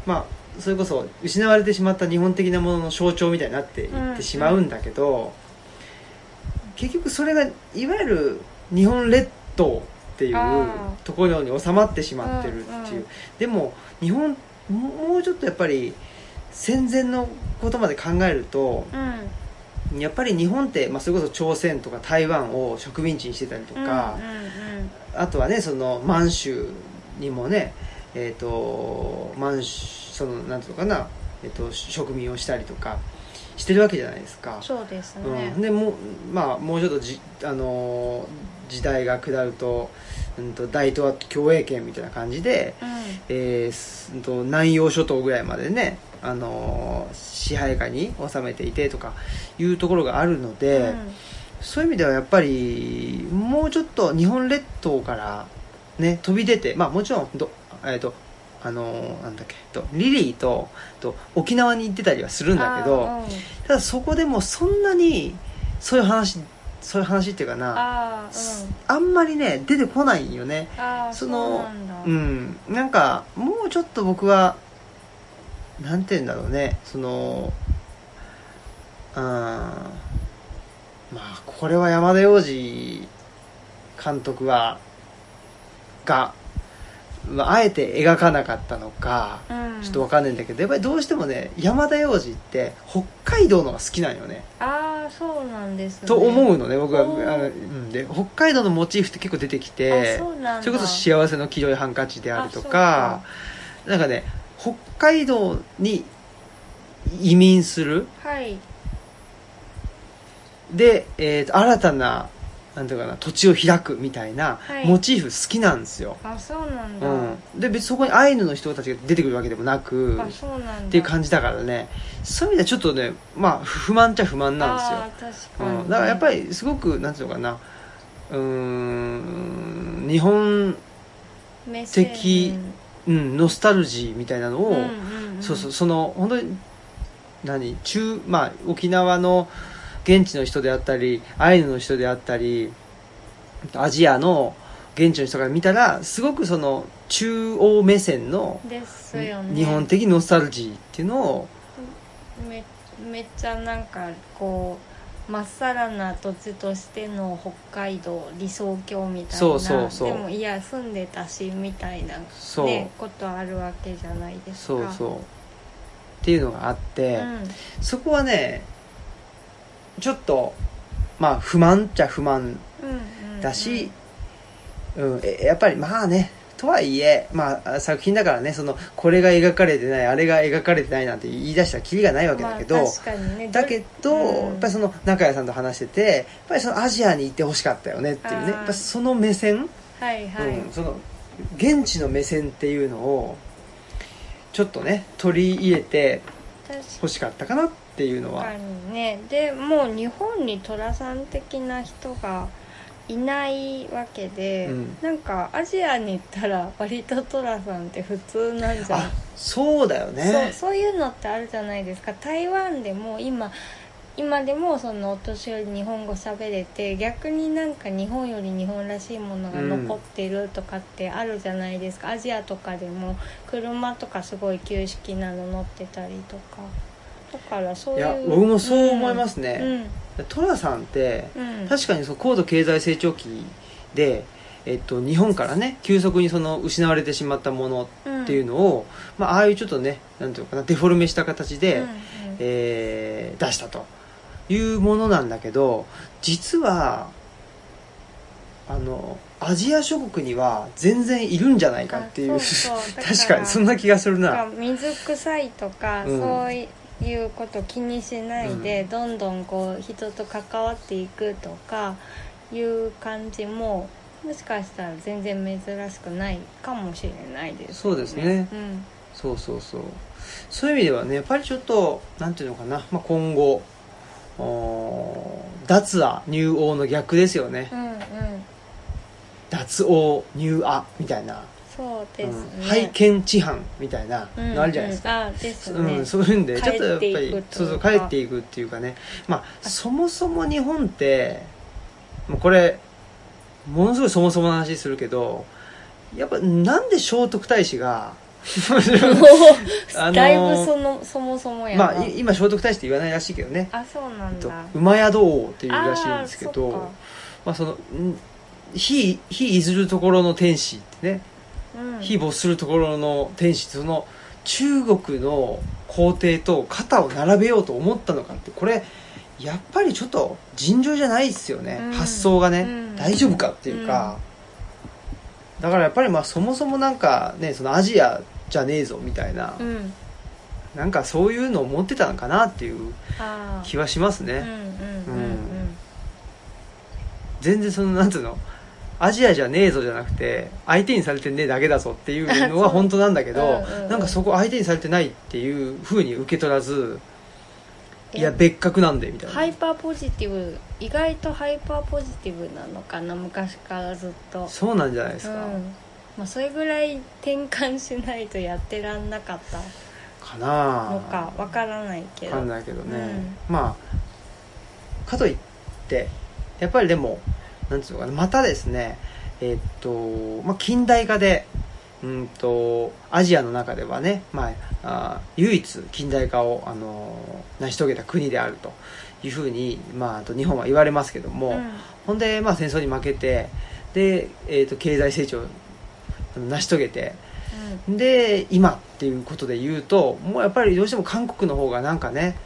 [SPEAKER 1] まあそれこそ失われてしまった日本的なものの象徴みたいになっていってしまうんだけど、結局それがいわゆる日本列島っていう
[SPEAKER 2] あー
[SPEAKER 1] ところに収まってしまってるっていう、
[SPEAKER 2] うんうん
[SPEAKER 1] でも日本ももうちょっとやっぱり戦前のことまで考えると
[SPEAKER 2] うん
[SPEAKER 1] やっぱり日本って、まあ、それこそ朝鮮とか台湾を植民地にしてたりとか、あとはねその満州にもねえっ、と満州そのなんていうのかな、えー、と植民をしたりとかしてるわけじゃないですか。
[SPEAKER 2] そうですね、
[SPEAKER 1] うん、でもう,、まあ、もうちょっとじ、あのー時代が下ると,、うん、と大東亜共栄圏みたいな感じで、
[SPEAKER 2] うん
[SPEAKER 1] えーすうんと南洋諸島ぐらいまでね、あのー支配下に収めていてとかいうところがあるので、そういう意味ではやっぱりもうちょっと日本列島から、ね、飛び出て、まあ、もちろんど、えーとあのーなんだっけとリリーとと沖縄に行ってたりはするんだけど。
[SPEAKER 2] あーうん
[SPEAKER 1] ただそこでもそんなにそういう話そういう話っていうかなあ,、
[SPEAKER 2] あーうん
[SPEAKER 1] んまりね出てこないよね
[SPEAKER 2] あー
[SPEAKER 1] そ
[SPEAKER 2] そ
[SPEAKER 1] の
[SPEAKER 2] うなんだ、
[SPEAKER 1] うんなんかもうちょっと僕はなんて言うんだろうねそのうんまあこれは山田洋次監督はが、まああえて描かなかったのか、
[SPEAKER 2] うん、
[SPEAKER 1] ちょっとわかんないんだけどやっぱりどうしてもね山田洋次って北海道のが好きなんよね
[SPEAKER 2] ああそうなんですね
[SPEAKER 1] と思うのね僕はあ
[SPEAKER 2] おー
[SPEAKER 1] のうんで北海道のモチーフって結構出てきて
[SPEAKER 2] あそうなんだ
[SPEAKER 1] れこそ「幸せの黄色いハンカチ」であるとかなんかね北海道に移民する
[SPEAKER 2] はい
[SPEAKER 1] で、えーと新たななんていうかな土地を開くみたいな
[SPEAKER 2] はい
[SPEAKER 1] モチーフ好きなんですよ、
[SPEAKER 2] あそうなんだ、
[SPEAKER 1] うん、で別にそこにアイヌの人たちが出てくるわけでもなく
[SPEAKER 2] あそうなんだ
[SPEAKER 1] っていう感じだからねそういう意味ではちょっとねまあ不満っちゃ不満なんですよ
[SPEAKER 2] です確かに、
[SPEAKER 1] うん、だからやっぱりすごくなんていうのかなうーん日本、
[SPEAKER 2] 目
[SPEAKER 1] 的うん、ノスタルジーみたいなのを、
[SPEAKER 2] を、うんうん
[SPEAKER 1] そうそうその本当に何中まあ沖縄の現地の人であったりアイヌの人であったりアジアの現地の人から見たらすごくその中央目線の、
[SPEAKER 2] ですよね
[SPEAKER 1] 日本的ノスタルジーっていうのを
[SPEAKER 2] めめっちゃなんかこうまっさらな土地としての北海道理想郷みたいな
[SPEAKER 1] そうそうそう
[SPEAKER 2] でもいや住んでたしみたいな、
[SPEAKER 1] そう、
[SPEAKER 2] ね、ことあるわけじゃないです
[SPEAKER 1] そう
[SPEAKER 2] か
[SPEAKER 1] そううっていうのがあって、
[SPEAKER 2] ん、
[SPEAKER 1] そこはねちょっとまあ不満っちゃ不満
[SPEAKER 2] うんうん
[SPEAKER 1] だし、うんえやっぱりまあねとはいえ、まあ、作品だからねそのこれが描かれてないあれが描かれてないなんて言い出したらキリがないわけだけど、
[SPEAKER 2] まあ、確かにね
[SPEAKER 1] だけど、
[SPEAKER 2] うん
[SPEAKER 1] やっぱりその中谷さんと話しててやっぱりそのアジアに行ってほしかったよねっていう
[SPEAKER 2] あ
[SPEAKER 1] ね
[SPEAKER 2] ー
[SPEAKER 1] やっぱその目線、
[SPEAKER 2] はいはい、
[SPEAKER 1] うん、その現地の目線っていうのをちょっとね取り入れて
[SPEAKER 2] 確
[SPEAKER 1] ほしかったかなっていうのは
[SPEAKER 2] かにねでもう日本に寅さん的な人がいないわけで、
[SPEAKER 1] うん
[SPEAKER 2] なんかアジアに行ったら割と寅さんって普通なんじゃん
[SPEAKER 1] あそうだよ
[SPEAKER 2] そう
[SPEAKER 1] ね
[SPEAKER 2] そういうのってあるじゃないですか台湾でも今今でもそのお年寄り日本語喋れて逆になんか日本より日本らしいものが残ってるとかってあるじゃないですか、アジアとかでも車とかすごい旧式なの乗ってたりとかだからそう
[SPEAKER 1] い
[SPEAKER 2] いう
[SPEAKER 1] や僕もそう思いますすね、トラさんって
[SPEAKER 2] うん、うん、
[SPEAKER 1] 確かにその高度経済成長期で、えっと、日本からね急速にその失われてしまったもの
[SPEAKER 2] に
[SPEAKER 1] っていう
[SPEAKER 2] の
[SPEAKER 1] のを、まあああいうちょっとねなんていうのかなデフォルメした形で、
[SPEAKER 2] うんうん
[SPEAKER 1] えー出したというものなんだけど実はあのアジア諸国には全然いるんじゃないかっていう
[SPEAKER 2] あそうそうだか
[SPEAKER 1] *laughs*
[SPEAKER 2] ら
[SPEAKER 1] 確かにそんな気がするな
[SPEAKER 2] なんか水臭いとか、
[SPEAKER 1] うん
[SPEAKER 2] そういうこと気にしないで、
[SPEAKER 1] う
[SPEAKER 2] どんどんこう人と関わっていくとかいう感じももしかしたら全然珍しくないかもしれないです
[SPEAKER 1] そうですね
[SPEAKER 2] うん
[SPEAKER 1] そうそうそうそういう意味ではねやっぱりちょっとなんていうのかな、まあ、今後おー脱ア入王の逆ですよね
[SPEAKER 2] うんうん
[SPEAKER 1] 脱王入アみたいな
[SPEAKER 2] そうですね、
[SPEAKER 1] うん拝見知犯みたいなのあるじゃないですか、
[SPEAKER 2] か、うんあです
[SPEAKER 1] う
[SPEAKER 2] ね、 *laughs*
[SPEAKER 1] ん、そういうんでち
[SPEAKER 2] 帰
[SPEAKER 1] ょっとやっ
[SPEAKER 2] っ
[SPEAKER 1] ぱ
[SPEAKER 2] ていく
[SPEAKER 1] り
[SPEAKER 2] と
[SPEAKER 1] そうそう帰っていくっていうかねまあそもそも日本ってもうこれものすごいそもそもの話するけどやっぱなんで聖徳太子が
[SPEAKER 2] *laughs*
[SPEAKER 1] あのー
[SPEAKER 2] だいぶそのそもそもやな、
[SPEAKER 1] *laughs* まあい今聖徳太子って言わないらしいけどね
[SPEAKER 2] あそうな
[SPEAKER 1] え
[SPEAKER 2] んだ
[SPEAKER 1] っと馬宿王っていうらしいん
[SPEAKER 2] あー
[SPEAKER 1] ですけ
[SPEAKER 2] そっか
[SPEAKER 1] どまあそのん非非いずるところの天使ってね
[SPEAKER 2] うん、
[SPEAKER 1] 非没するところの天使その中国の皇帝と肩を並べようと思ったのかってこれやっぱりちょっと尋常じゃないですよね、
[SPEAKER 2] うん
[SPEAKER 1] 発想がね、
[SPEAKER 2] うん
[SPEAKER 1] 大丈夫かっていうか、だからやっぱりまあそもそもなんかねそのアジアじゃねえぞみたいな、
[SPEAKER 2] うん
[SPEAKER 1] なんかそういうのを持ってたのかなっていう
[SPEAKER 2] あー
[SPEAKER 1] 気はしますね、
[SPEAKER 2] うんうんうんうん
[SPEAKER 1] 全然そのなんつうのアジアじゃねえぞじゃなくて相手にされてねえだけだぞっていう
[SPEAKER 2] *laughs*
[SPEAKER 1] のは本当なんだけど、
[SPEAKER 2] うんうんうん
[SPEAKER 1] なんかそこ相手にされてないっていうふうに受け取らず
[SPEAKER 2] え
[SPEAKER 1] いや別格なんでみたいな、
[SPEAKER 2] ハイパーポジティブ意外とハイパーポジティブなのかな昔からずっと
[SPEAKER 1] そうなんじゃないですか、
[SPEAKER 2] うんまあ、それぐらい転換しないとやってらんなかった
[SPEAKER 1] かな
[SPEAKER 2] のかわからないけ
[SPEAKER 1] 分
[SPEAKER 2] ど
[SPEAKER 1] かんないけどね、まあかといってやっぱりでもなんつうのかなまたですねえっと、まあ、近代化でうんとアジアの中ではね、まあ、あー唯一近代化を、あのー成し遂げた国であるというふうに、まあ、あと日本は言われますけども、
[SPEAKER 2] うん
[SPEAKER 1] ほんで、まあ、戦争に負けてで、えっと経済成長を成し遂げてで今っていうことで言うともうやっぱりどうしても韓国の方がなんかね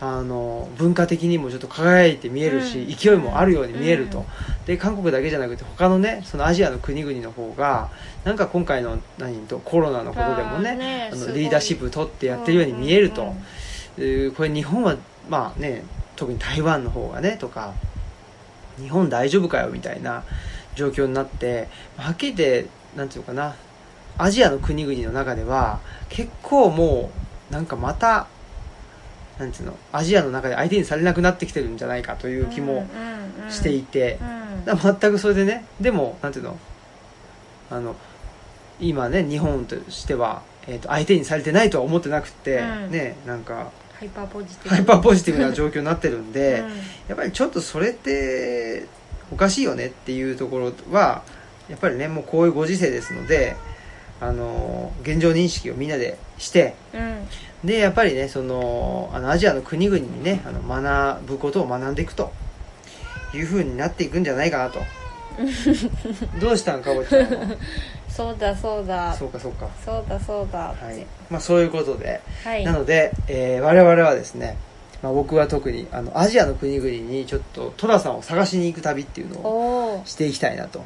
[SPEAKER 1] あの文化的にもちょっと輝いて見えるし、
[SPEAKER 2] うん
[SPEAKER 1] 勢いもあるように見えると、
[SPEAKER 2] うん
[SPEAKER 1] で韓国だけじゃなくて他のねそのアジアの国々の方がなんか今回の何とコロナのことでも
[SPEAKER 2] あー
[SPEAKER 1] ね
[SPEAKER 2] ね
[SPEAKER 1] あ
[SPEAKER 2] す
[SPEAKER 1] の
[SPEAKER 2] ごい
[SPEAKER 1] リーダーシップ取ってやってるように見えると、
[SPEAKER 2] うんうんうん
[SPEAKER 1] えーこれ日本はまあね特に台湾の方がねとか日本大丈夫かよみたいな状況になってはっきり言ってなんていうのかなアジアの国々の中では結構もうなんかまたなんていうのアジアの中で相手にされなくなってきてるんじゃないかという気もしていて、
[SPEAKER 2] うんうんうん
[SPEAKER 1] だから全くそれでねでもなんていうのあの今ね日本としては、えーと相手にされてないとは思ってなくて、
[SPEAKER 2] うん
[SPEAKER 1] ねなんか
[SPEAKER 2] ハイパーポジティブ
[SPEAKER 1] ハイパーポジティブな状況になってるんで、
[SPEAKER 2] うん
[SPEAKER 1] やっぱりちょっとそれっておかしいよねっていうところはやっぱりねもうこういうご時世ですのであの現状認識をみんなでして
[SPEAKER 2] うん
[SPEAKER 1] でやっぱりねそのあのアジアの国々にねあの学ぶことを学んでいくというふうになっていくんじゃないかなとどうしたんかぼちゃんは
[SPEAKER 2] そうだそう *laughs* だ
[SPEAKER 1] そ
[SPEAKER 2] そう
[SPEAKER 1] うかそうか
[SPEAKER 2] だそうだって
[SPEAKER 1] はいまあそういうことで
[SPEAKER 2] はい
[SPEAKER 1] なので、えー我々はですね、まあ、僕は特にあのアジアの国々にちょっと寅さんを探しに行く旅っていうのを
[SPEAKER 2] おお
[SPEAKER 1] していきたいなと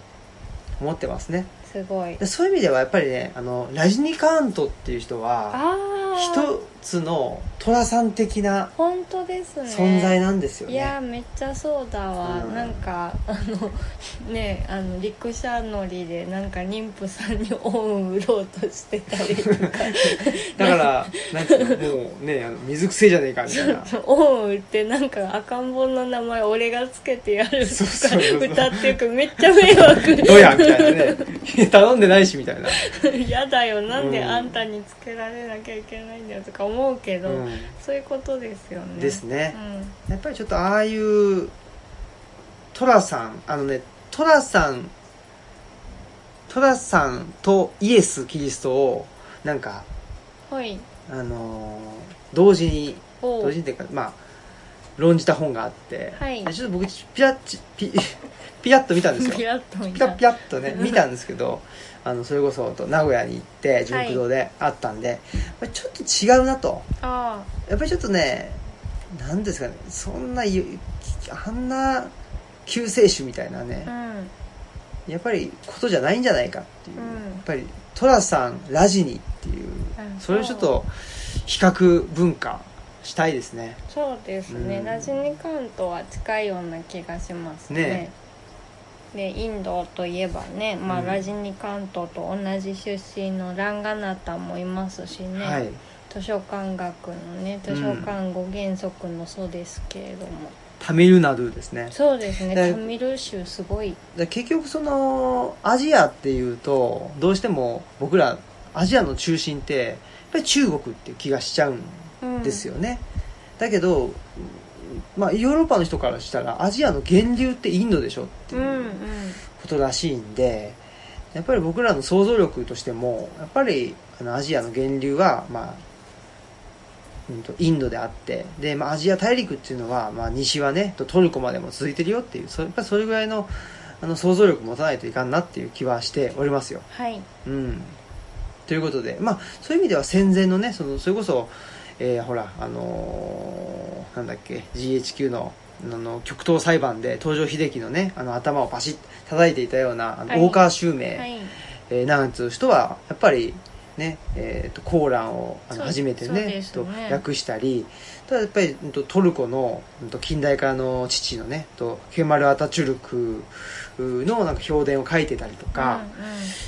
[SPEAKER 1] 思ってますね
[SPEAKER 2] すごい
[SPEAKER 1] でそういう意味ではやっぱりねあのラジニカーントっていう人は
[SPEAKER 2] ああ
[SPEAKER 1] 一つの寅さん的な
[SPEAKER 2] 本当ですね
[SPEAKER 1] 存在なんですよ
[SPEAKER 2] いや
[SPEAKER 1] ね
[SPEAKER 2] ーめっちゃそうだわ、
[SPEAKER 1] うん
[SPEAKER 2] なんかあの *laughs* ねあの陸車乗りでなんか妊婦さんに恩を売ろうとしてた
[SPEAKER 1] *laughs*
[SPEAKER 2] りとか
[SPEAKER 1] だからなんていうのもうねあの水くせえじゃねえかみたい
[SPEAKER 2] *laughs*
[SPEAKER 1] な
[SPEAKER 2] 恩を売ってなんか赤ん坊の名前俺がつけてやると
[SPEAKER 1] そうそうそう
[SPEAKER 2] か歌っていくめっちゃ迷惑
[SPEAKER 1] *laughs* どうやみたいなね頼んでないしみたいな、
[SPEAKER 2] *laughs* やだよなんで
[SPEAKER 1] うん
[SPEAKER 2] あんたにつけられなきゃいけないんだよとか思うけど、
[SPEAKER 1] う
[SPEAKER 2] *laughs* そういうことですよ
[SPEAKER 1] ん、
[SPEAKER 2] ね
[SPEAKER 1] ですね
[SPEAKER 2] う、ん
[SPEAKER 1] やっぱりちょっとああいう寅さんあのね寅さん寅さんとイエス・キリストをなんか
[SPEAKER 2] はい
[SPEAKER 1] あのー同時に
[SPEAKER 2] お
[SPEAKER 1] 同時にっていうかまあ論じた本があって、
[SPEAKER 2] はい
[SPEAKER 1] でちょっと僕ピラッチピ *laughs* ピラッと見たんですよ
[SPEAKER 2] *laughs* ピラッと見
[SPEAKER 1] ピ
[SPEAKER 2] た
[SPEAKER 1] ラッピラッとね見たんですけどあのそれこそと名古屋に行って純駆堂であったんで、やっぱりちょっと違うなと
[SPEAKER 2] あ
[SPEAKER 1] やっぱりちょっとね何ですかねそんなゆあんな救世主みたいなね、
[SPEAKER 2] あ
[SPEAKER 1] やっぱりことじゃないんじゃないかっていう、
[SPEAKER 2] うん
[SPEAKER 1] やっぱり寅さんラジニっていう
[SPEAKER 2] うん
[SPEAKER 1] それをちょっと比較文化したいですね
[SPEAKER 2] そうですね、
[SPEAKER 1] うん
[SPEAKER 2] ラジニカントは近いような気がしますねでインドといえばね、まあ
[SPEAKER 1] うん
[SPEAKER 2] ラジニカントと同じ出身のランガナタもいますしね、
[SPEAKER 1] はい
[SPEAKER 2] 図書館学のね図書館語原則もそうですけれども、
[SPEAKER 1] タミルナドゥですね
[SPEAKER 2] そうですね
[SPEAKER 1] ね
[SPEAKER 2] タミル州すごい
[SPEAKER 1] で結局そのアジアっていうとどうしても僕らアジアの中心ってやっぱり中国っていう気がしちゃうんです
[SPEAKER 2] よ、
[SPEAKER 1] よね、だけど、まあ、ヨーロッパの人からしたらアジアの源流ってインドでしょって
[SPEAKER 2] うん、
[SPEAKER 1] いううんことらしいんで、やっぱり僕らの想像力としてもやっぱりあのアジアの源流は、まあうんと、インドであってで、まあ、アジア大陸っていうのは、まあ、西はねとトルコまでも続いてるよっていうそやっぱりそれぐらいのあの想像力持たないといかんなっていう気はしておりますよ。
[SPEAKER 2] はい
[SPEAKER 1] うん、ということで、まあ、そういう意味では戦前のねそのそれこそ、えーほらあのーなんだっけ GHQ のあの極東裁判で東条英機のねあの頭をパシッと叩いていたようなあの、
[SPEAKER 2] はい
[SPEAKER 1] 大川襲名、
[SPEAKER 2] はい
[SPEAKER 1] えーなんつう人はやっぱりねえー、とコーランをあの
[SPEAKER 2] そう
[SPEAKER 1] 初めて
[SPEAKER 2] そう
[SPEAKER 1] ね
[SPEAKER 2] ですね
[SPEAKER 1] と訳したりただやっぱりうんとトルコのうんと近代化の父のねとケマル・アタチュルクのなんか評伝を書いてたりとか、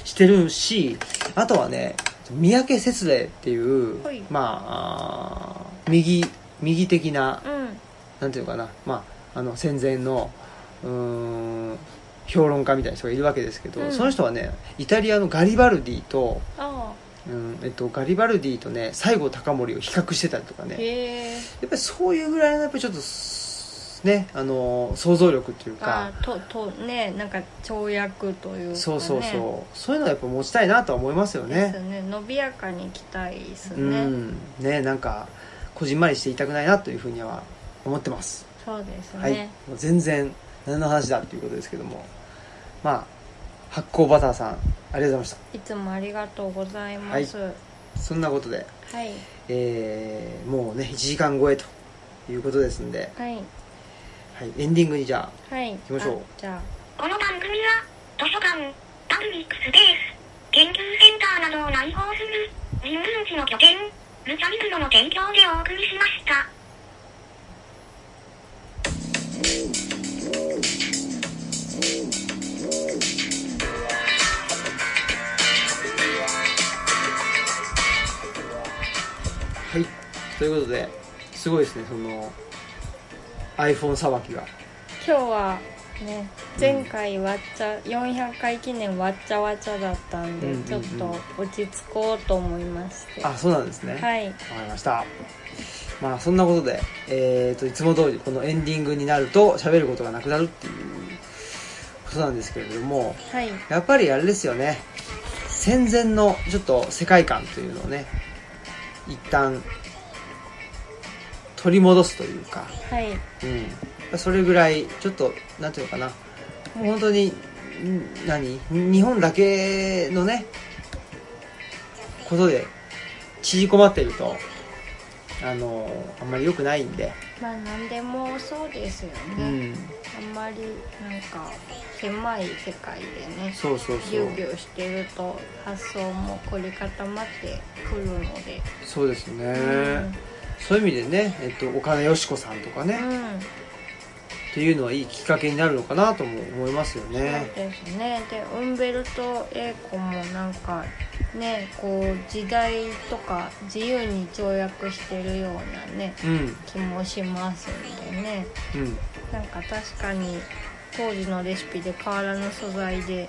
[SPEAKER 1] してるしあとはね三宅節礼っていう、
[SPEAKER 2] はい
[SPEAKER 1] まああー右右的な
[SPEAKER 2] うんうんうん
[SPEAKER 1] なんていうのかな、まあ、あの戦前のうーん評論家みたいな人がいるわけですけど、
[SPEAKER 2] うん
[SPEAKER 1] その人はねイタリアのガリバルディと、
[SPEAKER 2] あ
[SPEAKER 1] うんえっと、ガリバルディとね西郷隆盛を比較してたりとか
[SPEAKER 2] あ
[SPEAKER 1] ね
[SPEAKER 2] へえ
[SPEAKER 1] やっぱりそういうぐらいのやっぱりちょっとすねあの想像力というか
[SPEAKER 2] あととねなんか跳躍というか、ね、
[SPEAKER 1] そうそうそう、そういうのはやっぱ持ちたいなとは思いますよね
[SPEAKER 2] ですね伸びやかにいきたいです
[SPEAKER 1] う
[SPEAKER 2] ね、
[SPEAKER 1] んねなんかこじんまりしていたくないなというふうには思ってます、
[SPEAKER 2] そうですね、
[SPEAKER 1] はいもう全然何の話だっていうことですけどもまあ発酵バターさんありがとうございまし
[SPEAKER 2] い、つもありがとうございますはい、
[SPEAKER 1] たそんなことで、えーもうね1時間超えということですんで、
[SPEAKER 2] はい
[SPEAKER 1] はい、エンディングにじゃあ
[SPEAKER 2] はい行
[SPEAKER 1] きましょう
[SPEAKER 2] じゃ
[SPEAKER 3] この番組は図書館パブリックスペース研究センターなどを内包する人文地の拠点ルチャリブロの提供でお送りしました。
[SPEAKER 1] はいということですごいですねその iPhone さばきが
[SPEAKER 2] あ今日はね前回わっちゃ400回記念わっちゃわちゃだったんで、
[SPEAKER 1] うんうんうん
[SPEAKER 2] ちょっと落ち着こうと思いまして
[SPEAKER 1] あそうなんですね
[SPEAKER 2] はい
[SPEAKER 1] わかりました。まあそんなことで、えー、といつも通りこのエンディングになると喋ることがなくなるっていうことなんですけれども
[SPEAKER 2] はい
[SPEAKER 1] やっぱりあれですよね戦前のちょっと世界観というのをね一旦取り戻すというか、
[SPEAKER 2] はい
[SPEAKER 1] うん、それぐらいちょっとなんていうのかなもう本当にん何日本だけのねことで縮こまってるとあのあんまり良くないんで、
[SPEAKER 2] まあ何でもそうですよ
[SPEAKER 1] う
[SPEAKER 2] ね、
[SPEAKER 1] ん、
[SPEAKER 2] あんまりなんか狭い世界でね
[SPEAKER 1] そうそう
[SPEAKER 2] ぎ
[SPEAKER 1] そ
[SPEAKER 2] ゅ
[SPEAKER 1] う
[SPEAKER 2] うぎゅうしてると発想も凝り固まってくるので、
[SPEAKER 1] そうですね、
[SPEAKER 2] うん
[SPEAKER 1] そういう意味でね、えっと、岡田佳子さんとかね、
[SPEAKER 2] う
[SPEAKER 1] っ
[SPEAKER 2] ん
[SPEAKER 1] ていうのはいいきっかけになるのかなとも思いますよ
[SPEAKER 2] そう
[SPEAKER 1] ね
[SPEAKER 2] ですねでウンベルト・エーコもなんかねこう時代とか自由に跳躍してるようなね
[SPEAKER 1] うん
[SPEAKER 2] 気もしますんでね
[SPEAKER 1] うん
[SPEAKER 2] なんか確かに当時のレシピで変わらぬ素材で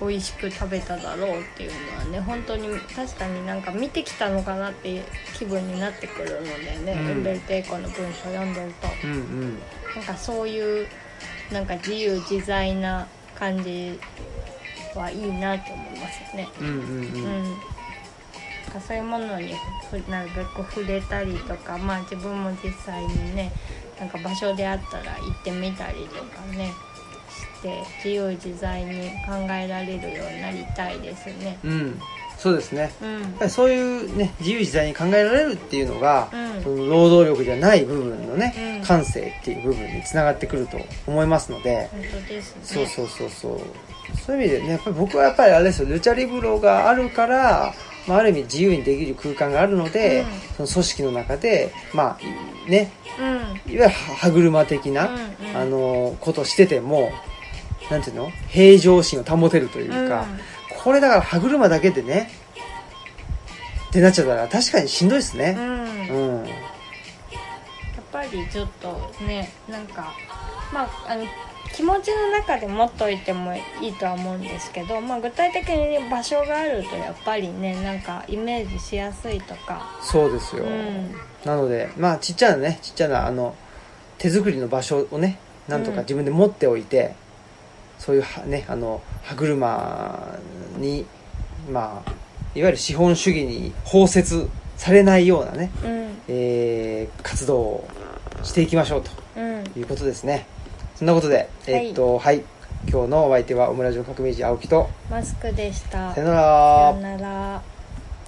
[SPEAKER 2] 美味しく食べただろうっていうのはね本当に確かになんか見てきたのかなっていう気分になってくるのでね、
[SPEAKER 1] うん
[SPEAKER 2] ウンベルト・エーコの文章読んでると。
[SPEAKER 1] うんうん
[SPEAKER 2] なんかそういうなんか自由自在な感じはいいなって思いますよね。
[SPEAKER 1] うんうんう
[SPEAKER 2] うんん、なんかそういうものにふなるべく触れたりとか、まあ自分も実際にね、なんか場所であったら行ってみたりとかね、して自由自在に考えられるようになりたいですね。
[SPEAKER 1] うんそうですね
[SPEAKER 2] うん、
[SPEAKER 1] やっぱりそういうね自由自在に考えられるっていうのが、
[SPEAKER 2] うん
[SPEAKER 1] その労働力じゃない部分のね、
[SPEAKER 2] うん
[SPEAKER 1] 感性っていう部分につながってくると思いますので、
[SPEAKER 2] 本当ですね。
[SPEAKER 1] そうそうそうそうそういう意味でねやっぱり僕はやっぱりあれですよルチャリブロがあるから、まあ、ある意味自由にできる空間があるので、その組織の中でまあね
[SPEAKER 2] うん、うん、
[SPEAKER 1] いわゆる歯車的な、
[SPEAKER 2] うんうん
[SPEAKER 1] あのことしててもなんていうの平常心を保てるというか、
[SPEAKER 2] うん
[SPEAKER 1] これだから歯車だけでねってなっちゃったら確かにしんどいですね
[SPEAKER 2] うん。
[SPEAKER 1] うん、
[SPEAKER 2] やっぱりりちょっとねなんかまああの気持ちの中で持っといてもいいとは思うんですけど、まあ、具体的に場所があるとやっぱりねなんかイメージしやすいとか、
[SPEAKER 1] そうですよ、
[SPEAKER 2] うん、
[SPEAKER 1] なのでまあちっちゃなねちっちゃなあの手作りの場所をねなんと
[SPEAKER 2] うん
[SPEAKER 1] か自分で持っておいて、そういうはねあの歯車にまあいわゆる資本主義に包摂されないようなね、
[SPEAKER 2] うん
[SPEAKER 1] えー活動をしていきましょうと
[SPEAKER 2] うん
[SPEAKER 1] いうことですねそんなことでえーっとはい、今日のお相手はオムラジオ革命児青木と
[SPEAKER 2] マスクでした
[SPEAKER 1] さよ
[SPEAKER 2] さ
[SPEAKER 1] な
[SPEAKER 2] よ
[SPEAKER 1] ら
[SPEAKER 2] なら